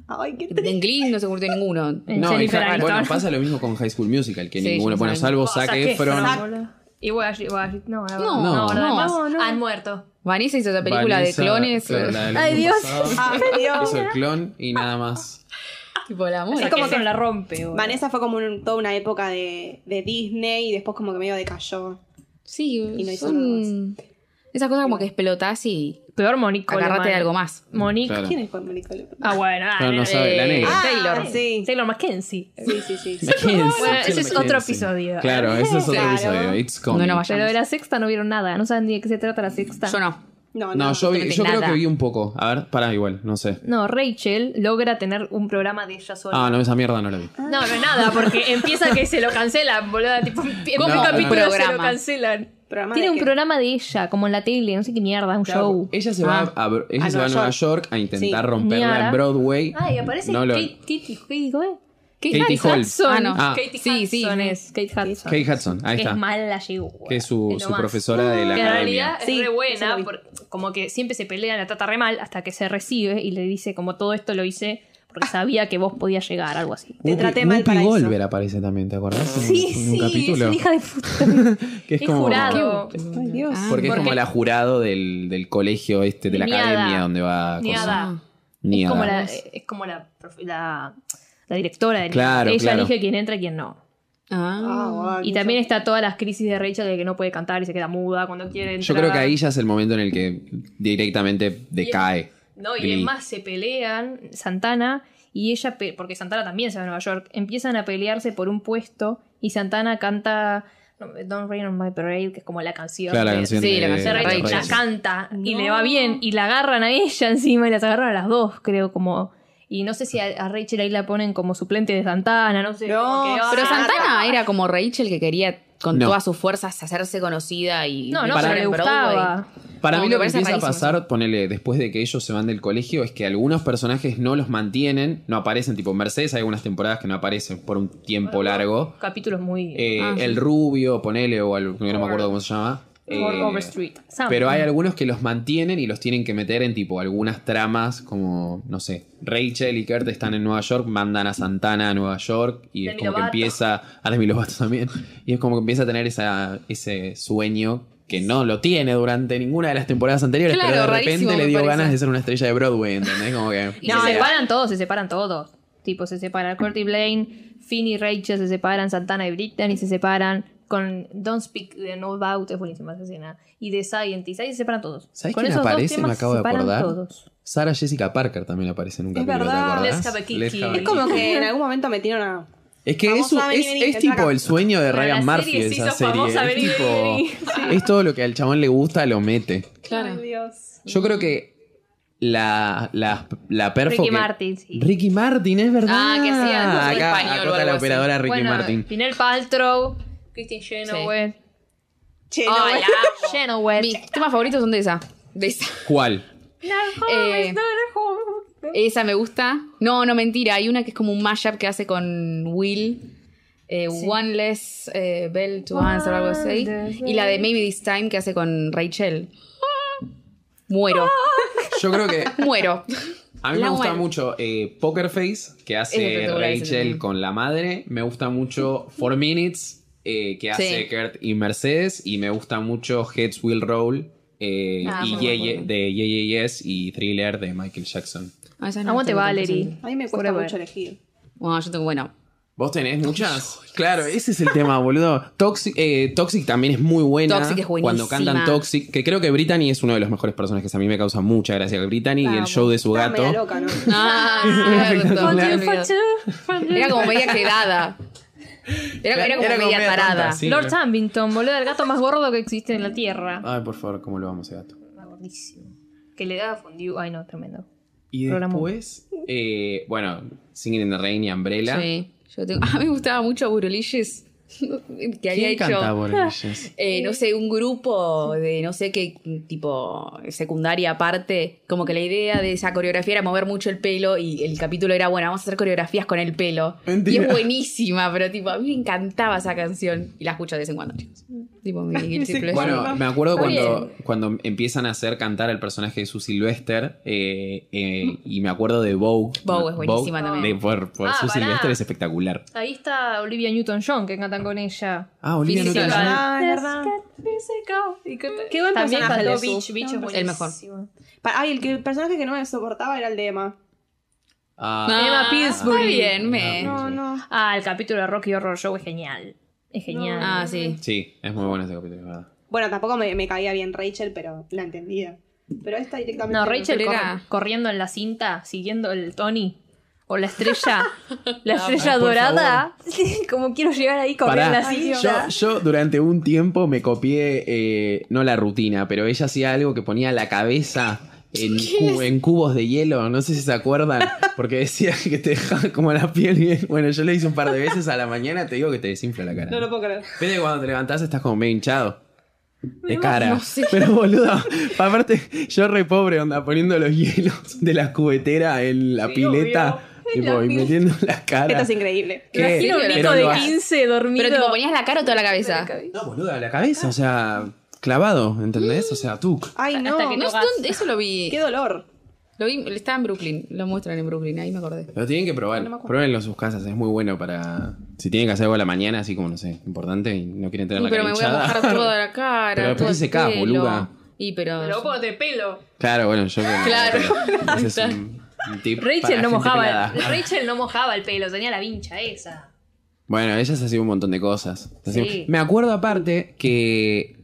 Ay, qué triste. En Glee no se convirtió en ninguno. En No, y Jennifer High- Aniston. bueno, pasa lo mismo con High School Musical, que Sí, ninguno, ya bueno, saben. salvo O sea, Zac que Efron, Zac- Y Wyatt, Wyatt- no, no, No, no, no. no, además No, no. han muerto. Vanessa hizo esa película Vanessa, de clones. claro, la del Ay, año Dios. pasado, Ay, Dios. Hizo el clon y nada más. [laughs] Tipo la Es muerte. como que no la rompe. boludo. Vanessa fue como un- toda una época de, de Disney y después como que medio decayó. Sí, no hizo son... Esas cosas como que explotás y Peor Monique Coleman. agarrate de algo más. Monique. Claro. ¿Quién es Juan Mónica López? Ah, bueno. ah, No, no eh, sabe, la negra. Ah, Taylor. sí. Taylor Mackenzie. Sí, sí, sí. sí. Mackenzie, Bueno, ese es Mackenzie. otro episodio. Claro, ese es otro Claro. episodio. It's coming. No, no vaya. Pero de la sexta no vieron nada. No saben ni de qué se trata la sexta. Yo no. No, no. No, yo, vi- no yo creo nada. que vi un poco. A ver, pará, igual, no sé. No, Rachel logra tener un programa de ella sola. Ah, no, esa mierda no la vi. no. no, es nada, porque empieza que se lo cancelan, boluda. Tipo, en ¿Cómo un capítulo se lo programa? cancelan. ¿Programa Tiene de un qué? programa de ella, como en la tele, no sé qué mierda, un show. Ella se va a, a- ella a se va a Nueva Nueva York. York a intentar Sí. romperla Niara. en Broadway. Ah, y aparece No lo- Kate, Katie, Katie, ¿cómo es? Katie Kate Hall. Hudson. Ah, no. Ah. Katie Sí, sí. Hudson es Kate Hudson. Kate Hudson, ahí que está. es mala yegua. Que es su, Es lo su más. profesora de la Que en academia. realidad Sí, es re eso lo buena, vi. por- como que siempre se pelean, la trata re mal, hasta que se recibe y le dice como todo esto lo hice porque sabía que vos podías llegar, algo así. Te Whoopi- traté mal Whoopi para eso. Goldberg aparece también, ¿te acordás? en, un capítulo. es hija de puta. que es es como, jurado. Ay, Dios. Ah. Porque es Porque- como la jurado del, del colegio este, de la Niada. academia donde va cosa. Niada. Es Niada. como la, es como la, prof- la, la directora del Claro, Ella claro. elige quién entra y quién no. Ah, Ah. guau, Y qué también yo- está todas las crisis de Rachel de que no puede cantar y se queda muda cuando quiere Yo entrar. creo que ahí ya es el momento en el que directamente decae. No, y Glee. además se pelean Santana y ella, pe- porque Santana también se va a Nueva York, empiezan a pelearse por un puesto y Santana canta Don't Rain on My Parade, que es como la canción. Claro, la de- canción sí, de, la de canción de Rachel, Rachel. la canta y le va bien y la agarran a ella encima y las agarran a las dos, creo, como... Y no sé si a, a Rachel ahí la ponen como suplente de Santana, no sé. No, como que, ah, Pero Ah, Santana era como Rachel que quería con No. todas sus fuerzas hacerse conocida y No, no, pasar pero le en Broadway. gustaba. Para No, mí me lo que parece empieza a rarísimo pasar, ponele, después de que ellos se van del colegio, es que algunos personajes no los mantienen, no aparecen, tipo Mercedes, hay algunas temporadas que no aparecen por un tiempo largo. Capítulos muy... Eh, Ah, sí. el rubio, ponele, o al- no me acuerdo cómo se llama. por Eh, Overstreet. Sam. Pero hay algunos que los mantienen y los tienen que meter en tipo algunas tramas, como, no sé, Rachel y Kurt están en Nueva York, mandan a Santana a Nueva York y es Demi como que Lovato. empieza, a Demi Lovato también, y es como que empieza a tener esa, ese sueño que no lo tiene durante ninguna de las temporadas anteriores, Claro, pero de rarísimo, repente le me dio parece. ganas de ser una estrella de Broadway, ¿entendés? Como que... Ah, Y se separan todos, se separan todos. Tipo, se separan Kurt y Blaine, Finn y Rachel se separan, Santana y Brittany se separan. Con Don't Speak the No About, es buenísima esa escena. Y The Scientist, ahí se separan todos. ¿Sabés Con quién esos dos aparece? Me temas acabo se de separan acordar. Todos. Sara Jessica Parker también aparece en un Es capítulo, verdad. ¿te acordás? Les Kapakiki. Les Kapakiki. Es como que en algún momento metieron a. Es que Vamos es, un- a venir, es- venir, es entra tipo acá. el sueño de Para la Ryan Murphy serie se esa hizo serie. famosa, es, venir, tipo- venir. es todo lo que al chabón le gusta, lo mete. Claro. Ay, Dios. Yo creo que la, la, la perfo Ricky que- Martin, sí. Ricky Martin, es verdad. Ah, que hacía el Acá, pañuelo o acota algo la así. operadora Ricky Bueno, Martin. Pinel Paltrow, Christine Chenoweth. Che, no, Ay, eh. la [laughs] amo. Chenoweth. Mis temas favoritos son de esa. De [laughs] esa. ¿Cuál? Eh, Esa me gusta. No, no, mentira. Hay una que es como un mashup que hace con Will. eh, One Less eh, Bell to Answer, algo así. Y la de Maybe This Time que hace con Rachel. [laughs] Muero. Yo creo que Muero. a mí La me gusta buena. mucho eh, Poker Face, que Es hace espectacular ese Rachel también. con la madre. Me gusta mucho Four Minutes, eh, que hace Sí. Kurt y Mercedes. Y me gusta mucho Heads Will Roll eh, Ah, y muy Ye- bueno. de Ye Ye Yes y Thriller de Michael Jackson. Ah, esa no Aguante está Valerie. A mí me cuesta Forever. mucho elegir. Bueno, Ah, yo tengo, [laughs] bueno. ¿Vos tenés muchas? Claro, ese es el tema, boludo. Toxic, eh, Toxic también es muy buena. Toxic es buenísima. Cuando cantan Toxic, que creo que Brittany es uno de los mejores personajes. A mí me causa mucha gracia. Brittany y el Vamos. show de su Estaba gato. media loca, ¿no? Ah, [laughs] cierto. Espectacular. Me había olvidado. Era como media quedada. Era, era como Era como media media tonta, tarada. sí. Lord Tambington, boludo, el gato más gordo que existe en la tierra. Ay, por favor, cómo lo vamos a gato. Gordísimo. Que le da fondue. Ay, no, tremendo. Y Programa. después, eh, bueno, Singing in the Rain y Umbrella. Sí. Yo tengo, [laughs] a mí me gustaba mucho Burulilles. [laughs] Que había ¿Quién hecho. canta [laughs] Borges? eh, no sé, un grupo de no sé qué tipo secundaria aparte, como que la idea de esa coreografía era mover mucho el pelo y el capítulo era, bueno, vamos a hacer coreografías con el pelo. Mentira. Y es buenísima, pero tipo, a mí me encantaba esa canción y la escucho de vez en cuando, chicos. [laughs] Tipo, mi guilty pleasure. Bueno, me acuerdo Está cuando, cuando empiezan a hacer cantar al personaje de Susie Sylvester eh, eh, y me acuerdo de Vogue. Vogue es buenísima también. de- por por Ah, Susie pará. Sylvester es espectacular. Ahí está Olivia Newton-John, que cantan con ella. Ah, Olivia Física. Newton-John. Ah, es verdad. Qué buen También personaje cuando de Beach, Su. Beach es El mejor. buenísimo. Pa- Ay, el, que- el personaje que no me soportaba era el de Emma. Ah, Emma Pillsbury. Está bien, me. No, no. Ah, el capítulo de Rocky Horror Show es genial. Es genial. Ah, sí. Sí, es muy bueno ese capítulo, es verdad. Bueno, tampoco me, me caía bien Rachel, pero la entendía. Pero esta directamente. No, Rachel Pero cor- era- corriendo en la cinta, siguiendo el Tony. O la estrella. la estrella Ay, por dorada. Como quiero llegar ahí corriendo en la Ay, cinta. yo, yo durante un tiempo me copié, eh, no la rutina, pero ella hacía algo que ponía la cabeza en, cu- en cubos de hielo, no sé si se acuerdan, porque decía que te dejaba como la piel bien. Bueno, yo le hice un par de veces a la mañana, te digo que te desinfla la cara. No lo puedo creer. Viste que cuando te levantás estás como medio hinchado. De cara. Pero boludo, aparte, yo re pobre onda, poniendo los hielos de la cubetera en la pileta tipo, y metiendo la cara. Esto es increíble. ¿Qué? Imagino un Pero hijo lo de hace. 15 dormido. Pero tipo, ponías la cara o toda la cabeza. No, boluda, la cabeza, o sea, clavado, ¿entendés? O sea, tú. Ay, no. Hasta que No, no- eso- eso lo vi. Qué dolor. Lo vi, estaba en Brooklyn, lo muestran en Brooklyn, ahí me acordé. Lo tienen que probar. Pruébenlo en sus casas, es muy bueno para. Si tienen que hacer algo a la mañana, así como, no sé, importante y no quieren tener Uy, la pero cara me voy a hinchada. mojar toda [laughs] la cara. Pero después todo te el secás, pelo. boluda. Y pero. de pelo. [laughs] Claro, bueno, yo. Claro. Ese es un, un tip para Rachel no gente mojaba. pelada. [laughs] Rachel no mojaba el pelo, tenía la vincha esa. Bueno, ellas hacían un montón de cosas. Hacían- Sí. Me acuerdo aparte que.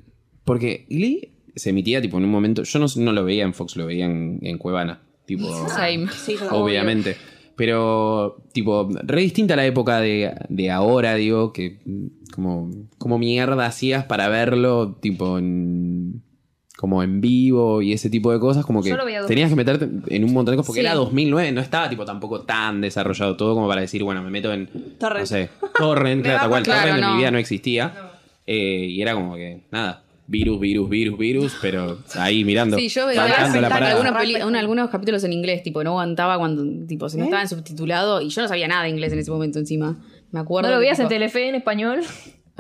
Porque Glee se emitía tipo en un momento. Yo no, no lo veía en Fox, lo veía en, en Cuevana. Tipo. Same. Sí, yo tampoco. obviamente. Pero, tipo, re distinta a la época de, de ahora, digo, que mm, como, como mierda hacías para verlo, tipo, en, como en vivo y ese tipo de cosas, como que Yo lo veía dos tenías que meterte en un montón de cosas, porque Sí. era 2009, no estaba, tipo, tampoco tan desarrollado todo como para decir, bueno, me meto en, Torrent. no sé, Torrent, claro, tal cual, Claro, Torrent en no. mi vida no existía, Eh, y era como que, nada, virus, virus, virus, virus, pero ahí mirando, Sí, yo veía bancando la ventana, parada. algunos, peli- un- algunos capítulos en inglés, tipo, no aguantaba cuando, tipo, ¿Eh? se no estaban subtitulados y yo no sabía nada de inglés en ese momento encima. Me acuerdo. ¿No lo que, veías en tipo- Telefe en español?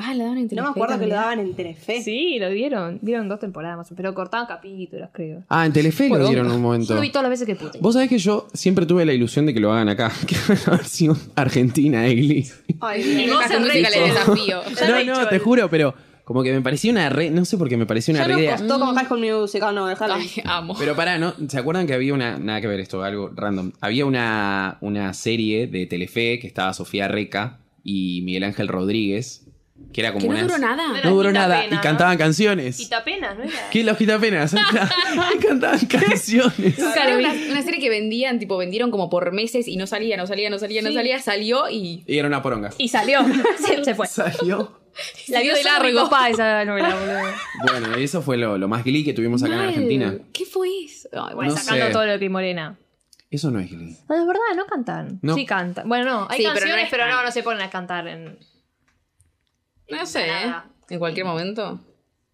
Ah, lo daban en No Telefe me acuerdo que también. lo daban en Telefe. Sí, lo vieron. Vieron dos temporadas más, pero cortaban capítulos, creo. Ah, en Telefe lo Poronga. dieron en un momento. Yo lo vi todas las veces que pude. Vos sabés que yo siempre tuve la ilusión de que lo hagan acá, [laughs] que hagan la versión argentina de Glee. Ay, Y Dios. vos en Musical Musical el el desafío. No, no, te juro, pero como que me parecía una red, no sé por qué me parecía una Ya re idea. nos costó con High School Musical, no, déjalo. Ay, amo. Pero pará, ¿no? ¿Se acuerdan que había una. Nada que ver esto, algo random. Había una, una serie de Telefe que estaba Sofía Reca y Miguel Ángel Rodríguez. Que era como Que no unas- duró nada. Era No duró nada. quitapena, y ¿no? cantaban canciones. Quitapenas, ¿no era? ¿Qué los quitapenas? y [laughs] cantaban canciones. Claro, una, una serie que vendían, tipo, vendieron como por meses y no salía, no salía, no salía, no Sí. salía, salió y Y era una poronga. Y [laughs] salió. [laughs] se, se fue. Salió. La vio de solo mi largo. papá esa novela, [laughs] boludo. Bueno, eso fue lo, lo más glee que tuvimos acá en Mal. Argentina. ¿Qué fue eso? Ay, bueno, No saca- Sacando sé. todo lo que Morena. Eso no es glee. No, es verdad, no cantan. No. Sí cantan. Bueno, no, hay Sí, pero no canciones, es pero no, tan- no, se ponen a cantar en. no sé, Nada. ¿eh? en cualquier momento.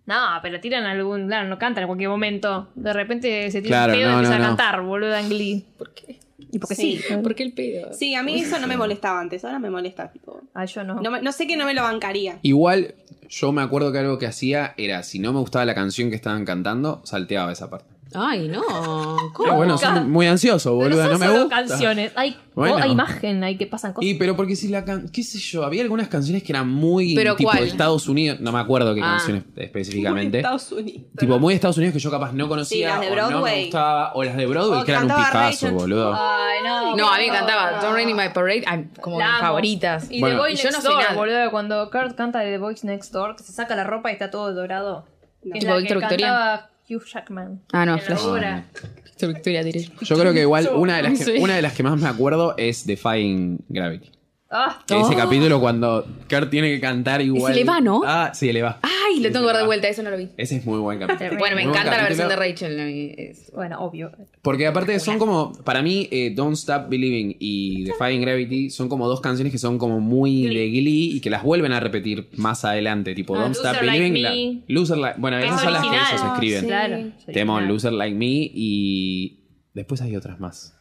No, pero tiran algún. Claro, no cantan en cualquier momento. De repente se tiran Claro, pedo y no, empiezan no, a no. cantar, boludo, en Glee. ¿Por qué? Y porque sí. Sí. ¿Por qué el pedo? Sí, a mí eso no me molestaba antes, ahora me molesta, tipo. Ah, yo no. No, me- no sé que no me lo bancaría. Igual, yo me acuerdo que algo que hacía era, si no me gustaba la canción que estaban cantando, salteaba esa parte. Ay, no. [laughs] ¿Cómo? Pero bueno, soy muy ansioso, Pero boluda, son no me solo gusta. canciones. Hay, Bueno. oh, hay imagen, hay que pasan cosas. Y pero porque si la can... qué sé yo, había algunas canciones que eran muy ¿Pero tipo cuál? de Estados Unidos, no me acuerdo qué Ah. canciones específicamente. Estados Unidos. Tipo muy de Estados Unidos que yo capaz no conocía Sí, las de o no me Broadway. gustaba o las de Broadway O que eran un Oh, cantaba picazo, Rachel- Ah, boludo. Ay, no. No, a mí me encantaba Don't Rain in My Parade, ay, como La mis amo. favoritas. Y Bueno, The Boy y yo Next no soy Door, nada. boludo, cuando Kurt canta de The Boy Next Door, que se saca la ropa y está todo dorado. No. Que es Tipo la Víctor que Victoria. cantaba Hugh Jackman. Ah, no, en la flash. obra. Victor Victoria diré. Yo creo que igual una de las que, Sí. una de las que más me acuerdo es Defying Gravity. Ah, Que Ese Oh. capítulo cuando Kurt tiene que cantar igual. le va, ¿no? Ah, sí, le va. Ay, lo Sí, tengo que le ver de va. vuelta, eso no lo vi. Ese es muy buen capítulo. Bueno, me Muy buen encanta la capítulo. versión de Rachel. no, y es- bueno, obvio. Porque aparte son como, para mí, eh, Don't Stop Believing y Defying Gravity son como dos canciones que son como muy de Glee y que las vuelven a repetir más adelante. Tipo, Ah, Don't Stop Loser Like Believing, la- Me. Loser Like Bueno, Es esas son las que original. ellos escriben. Sí. Claro. Temón, Temón, original. Loser Like Me y después hay otras más.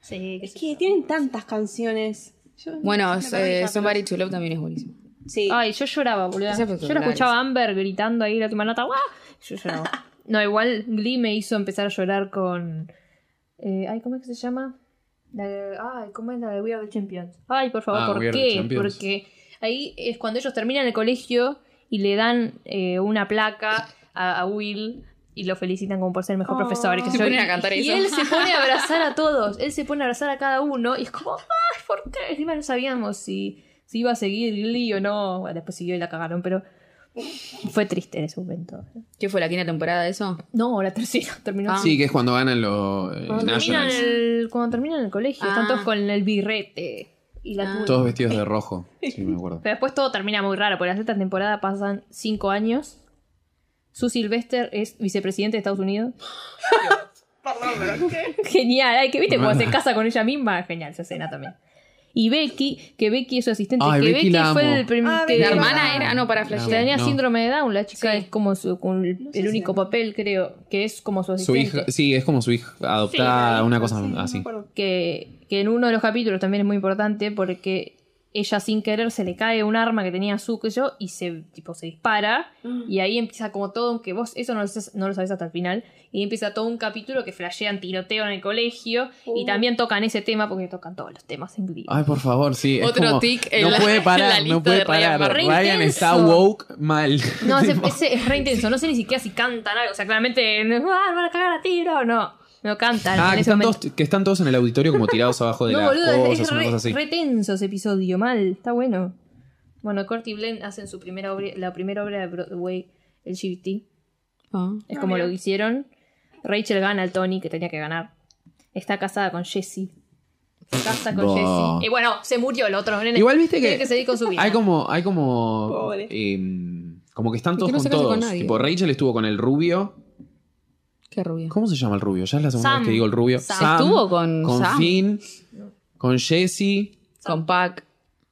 Sí, que Es sí. que tienen tantas canciones. Yo- Bueno, me es, perdí eh, ya, Somebody to Love también es buenísimo. pero- Sí. Ay, yo lloraba, boludo. Esa fue Yo la popular, escuchaba a Amber gritando ahí la última nota. ¡guau! ah". Yo lloraba. no, igual Glee me hizo empezar a llorar con. eh, ay, ¿cómo es que se llama? La de- ay, ¿cómo es la de We Are the Champions? Ay, por favor, Ah, ¿por We Are the qué? Champions. Porque ahí es cuando ellos terminan el colegio y le dan eh, una placa a, a Will. Y lo felicitan como por ser el mejor Oh. profesor. y qué sé Se yo. ponen a Y- cantar y, eso. él se [laughs] pone a abrazar a todos. Él se pone a abrazar a cada uno. Y es como, ay, ¿por qué? Encima no sabíamos si si iba a seguir Glee o no. Bueno, después siguió y la cagaron, pero fue triste en ese momento. ¿Qué fue la quinta temporada de eso? No, la tercera [laughs] terminó. Ah. Sí, que es cuando ganan los eh, cuando, terminan Nationals. el, cuando terminan el colegio, Ah. están todos con el birrete y la Ah. tuya. Todos vestidos de [laughs] rojo. Sí, me acuerdo. Pero después todo termina muy raro, porque la sexta temporada pasan cinco años. Sue Sylvester es vicepresidente de Estados Unidos. [laughs] Genial, ay, que viste cuando se casa con ella misma, genial esa escena también. Y Becky, que Becky es su asistente, Ay, que Becky Becky, la amo. fue el primer Ah, que- La Becky hermana Ah. era, no, para No. flashear. Tenía síndrome de Down, la chica es como su, con el, No sé el si único la- papel, creo, que es como su Su asistente. hija, sí, es como su hija adoptada, una cosa no me así. acuerdo. Que, que en uno de los capítulos también es muy importante porque ella sin querer se le cae un arma que tenía su que yo y se tipo se dispara Mm. y ahí empieza como todo aunque vos eso no lo, sabes, no lo sabes hasta el final y ahí empieza todo un capítulo que flashean tiroteo en el colegio y Uh. también tocan ese tema porque tocan todos los temas en Glee Ay, por favor, sí. es Otro como, tic en No la- puede en la parar, lista no puede de Ryan parar. Murphy. Ryan, Re está intenso. woke mal. No, ese, Tipo, ese es re intenso. No sé ni siquiera si cantan algo. O sea, claramente, no, ah, me van a cagar a tiro. No, no cantan. Ah, en que ese están, todos, momento. que están todos en el auditorio como tirados abajo de no, las boludo, es, cosas, es una re, cosa así. re tenso ese episodio. Mal, está bueno. Bueno, Corty y Blend hacen su primera obra, la primera obra de Broadway, el GBT. Ah. Es como lo que hicieron. Rachel gana al Tony, que tenía que ganar. Está casada con Jesse. Se casa con Bah. Jesse. Y bueno, se murió el otro nene. Igual viste Tiene que que seguir con su vida. Hay como, hay como, Pobre. em, como que están Y todos que no con se casa todos. con nadie. tipo Rachel estuvo con el rubio. Qué rubio. ¿Cómo se llama el rubio? Ya es la segunda Sam. vez que digo el rubio. Sam. Estuvo con con Sam. Finn, con Jesse, Con Pac.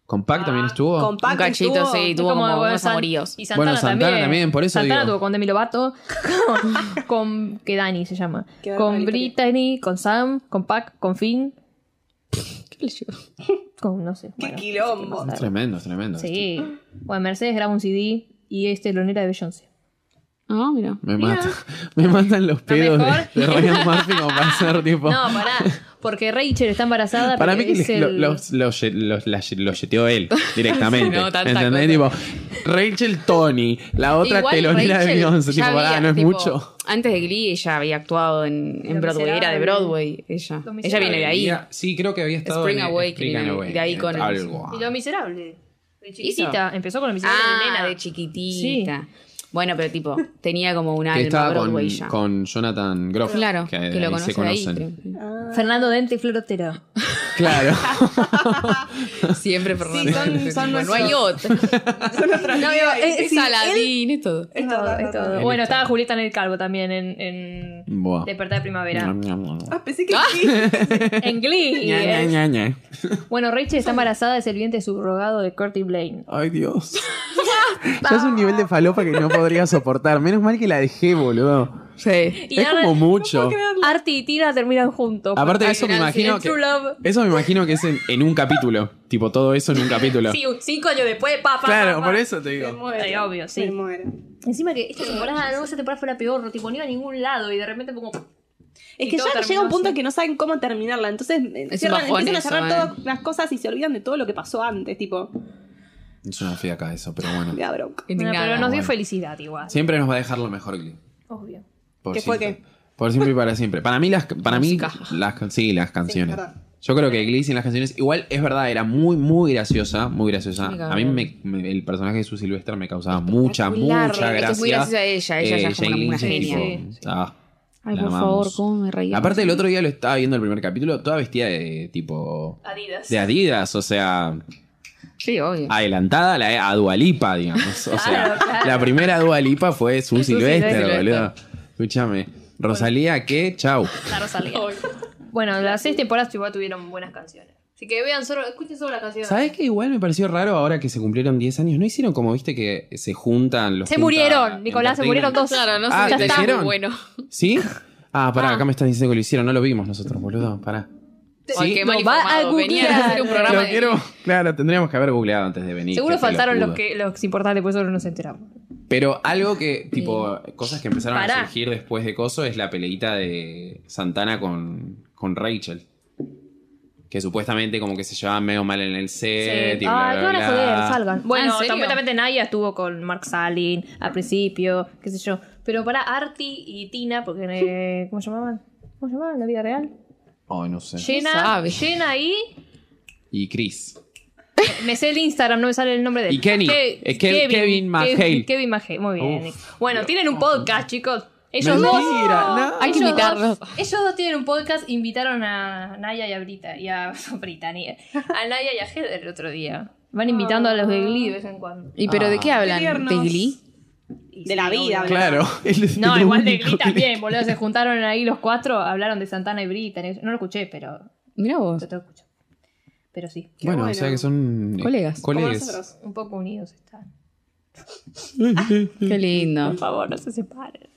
con Pac también estuvo. Con Pac Un cachito, estuvo- sí, Es tuvo como, bueno, unos San- amoríos. Y Santana Bueno, Santana también. también, por eso Santana digo. tuvo con [laughs] Demi Lovato, con, con- que Dani se llama. Qué Con barbaridad. Brittany, con Sam, con Pac, con Finn, ¿Qué le llegó? [laughs] con no sé. Qué bueno, quilombo. Es tremendo, es tremendo. Sí. Bueno, Mercedes graba un CD y este lonera de Beyoncé. Ah, mira. Me mata. [laughs] Me matan los pedos mejor- de, de Ryan Murphy como para ser tipo. No, pará. Porque Rachel está Ah, embarazada. Para mí porque que es les- lo- el- los, los, los- las- los [laughs] yeteó él directamente. No, tanta ¿Entendés? Tipo, Rachel Tony, la otra Igual telonera de Rachel Beyoncé. ya Tipo, pará, había, no es tipo, mucho. Antes de Glee ella había actuado en, en Lo Broadway, era de Miserable. Broadway ella. Lo Ella viene de ahí. Sí, creo que había estado Spring en Awakening, Spring de ahí con el- algo. Y lo miserable. De chiquitita. Empezó con el musical de Ah, nena. de chiquitita. Bueno, pero tipo, tenía como un que alma estaba con, Broadway ya. con Jonathan Groff. Claro, que, ahí lo conoce ahí. Fernando Dente y Florotero. [laughs] Claro. Siempre Fernando. Sí, son- son Bueno, no hay otro. Son nuestros No, amigos. es, Sí, es él- Aladín, es todo. Es todo, es todo. Él Bueno, está. estaba Julieta en el Calvo también en, en Buah. Despertar de Primavera. Ah, pensé que sí. en Glee. y Ña, ña, en- ña, ña. Bueno, Rachel está embarazada de serviente subrogado de Curtis Blaine. Ay, Dios. [laughs] ya es un nivel de falopa que no podría soportar. Menos mal que la dejé, boludo. Sí. Y es ahora como mucho. Artie y Tina terminan juntos. Aparte de Al eso, me final, imagino en que. True Love. Eso me imagino que es en, en un capítulo. tipo, todo eso en un [laughs] capítulo. Sí, un- cinco años después, papá. claro, por eso te digo. Me muero. Ay, obvio, sí. Me muero. Encima que esta temporada, no, esa temporada fue la peor, no tipo, ni iba a ningún lado y de repente como... Es Y que todo ya terminó llega un punto así. que no saben cómo terminarla. Entonces eh, un cierran, bajón empiezan a eso, cerrar eh. todas las cosas y se olvidan de todo lo que pasó antes. Tipo, Es una fiaca eso, pero bueno. me da bronca. Bueno, Indignada. pero nos dio bueno. felicidad igual. Siempre nos va a dejar lo mejor, Glee. Obvio. Por ¿Qué fue siempre. Por siempre y para siempre. Para mí las para mí Música. las can- sí, las canciones. verdad. Yo creo que Glee sin las canciones igual es verdad, era muy muy graciosa, muy graciosa. Sí, A mí me, me- el personaje de Sue Sylvester me causaba mucha mucha Espectacular. gracia. Eh, Esto es muy gracias a ella, ella ya es como Jane una- una Lynch, genia. tipo, Sí, ah, Ay, la por favor, amamos. cómo me reí. Aparte el otro día lo estaba viendo el primer capítulo, toda vestida de tipo Adidas. de Adidas, o sea, Sí, obvio. adelantada a la a Dualipa, digamos. O sea, Claro, claro. la primera Dualipa fue Sue Silvestre, Sylvester. boludo. Escúchame. Rosalía, ¿qué? Chau. La Rosalía. bueno, las seis temporadas igual tuvieron buenas canciones. Así que vean solo, escuchen solo las canciones. ¿Sabes qué? Igual me pareció raro ahora que se cumplieron 10 años. ¿No hicieron como viste que se juntan los. Se junta murieron, Nicolás, se murieron Entertainment? Claro, dos. no sé Ah, si ¿te está muy hicieron? bueno. ¿Sí? Ah, pará, Ah. acá me están diciendo que lo hicieron. No lo vimos nosotros, boludo. Pará. Ay, ¿Sí? qué Lo mal va informado. a Venía a hacer un googlear. programa Lo de- quiero- [laughs] Claro, tendríamos que haber googleado antes de venir. Seguro qué faltaron los, pelotudo. que, los importantes, por eso no nos enteramos. Pero algo que, tipo, cosas que empezaron Pará. a surgir después de Coso es la peleita de Santana con, con Rachel. Que supuestamente como que se llevaban medio mal en el set y bla, Ay, bla, qué van a joder, bla. salgan. Ah, Bueno, ¿en serio? completamente Naya estuvo con Mark Salin al principio, qué sé yo. Pero para Arti y Tina, porque. [laughs] eh, ¿Cómo llamaban? ¿Cómo llamaban en la vida real? Ay, no sé. Llena, sabe? llena y. eh, Y Chris. Me sé el Instagram, no me sale el nombre de él. Y Kenny. Ke- Eh, Ke- Kevin McHale. Ke- Kevin McHale, muy bien. Bueno, tienen un podcast, chicos. Ellos Mentira, dos. no. Hay que ellos invitarlos. dos- ellos dos tienen un podcast, invitaron a Naya y a Brita. Y a [laughs] Britannia. A Naya y a Heather el otro día. Van invitando a los de Glee de vez en cuando. [laughs] ¿Y pero de qué hablan? Ah. tiernos. ¿De Glee? De la vida, Claro. [laughs] él es No, el igual de único Glee que- también, boludo. Se juntaron ahí los cuatro, hablaron de Santana y Brita. No lo escuché, pero Mira vos. yo te escucho. Pero sí, Bueno, Qué o sea bueno. que son... eh, Colegas. Como Colegas. nosotros. un poco unidos están. Qué lindo. Por favor, no se separen.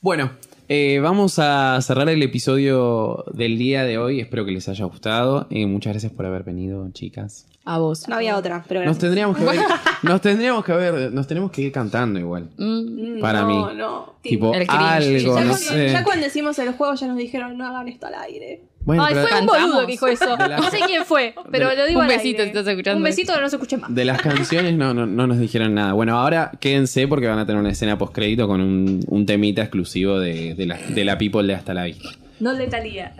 Bueno, eh, vamos a cerrar el episodio del día de hoy. Espero que les haya gustado. Eh, muchas gracias por haber venido, chicas. A vos. No había otra, pero Nos gracias. tendríamos que ver, nos tendríamos que ver, nos tenemos que ir cantando igual. Mm. Mm, para no, mí. No, Tipo, El cringe. Ya, algo, cuando, no sé. ya cuando decimos el juego ya nos dijeron no hagan esto al aire. Bueno, Ay, pero fue un ¿Cantamos? boludo que [laughs] dijo eso. De la- No sé quién fue, pero de lo digo Un al aire. ¿eh? besito, si estás escuchando Un besito que no se escuche más. de las canciones no, no, no nos dijeron nada. Bueno, ahora quédense porque van a tener una escena postcrédito con un, un temita exclusivo de, de la, de la People de Hasta la Vista. No letalía.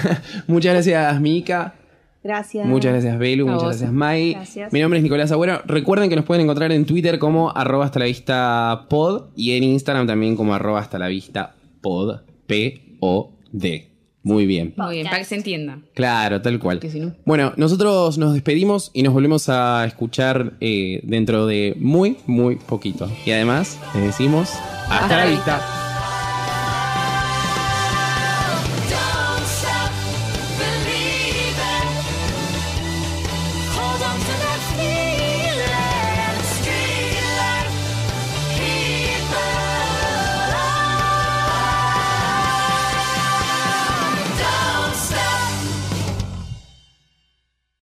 [laughs] Muchas gracias, Mika. Gracias. Muchas gracias, Belu. A Muchas vos. gracias, Mai. Gracias. Mi nombre es Nicolás Agüero. Recuerden que nos pueden encontrar en Twitter como arroba hasta la vista pod y en Instagram también como arroba hasta la vista pod. P-O-D. Muy bien. Muy bien, para que se entienda. Claro, tal cual. Porque si no- Bueno, nosotros nos despedimos y nos volvemos a escuchar eh, dentro de muy, muy poquito. Y además, les decimos hasta, la vista.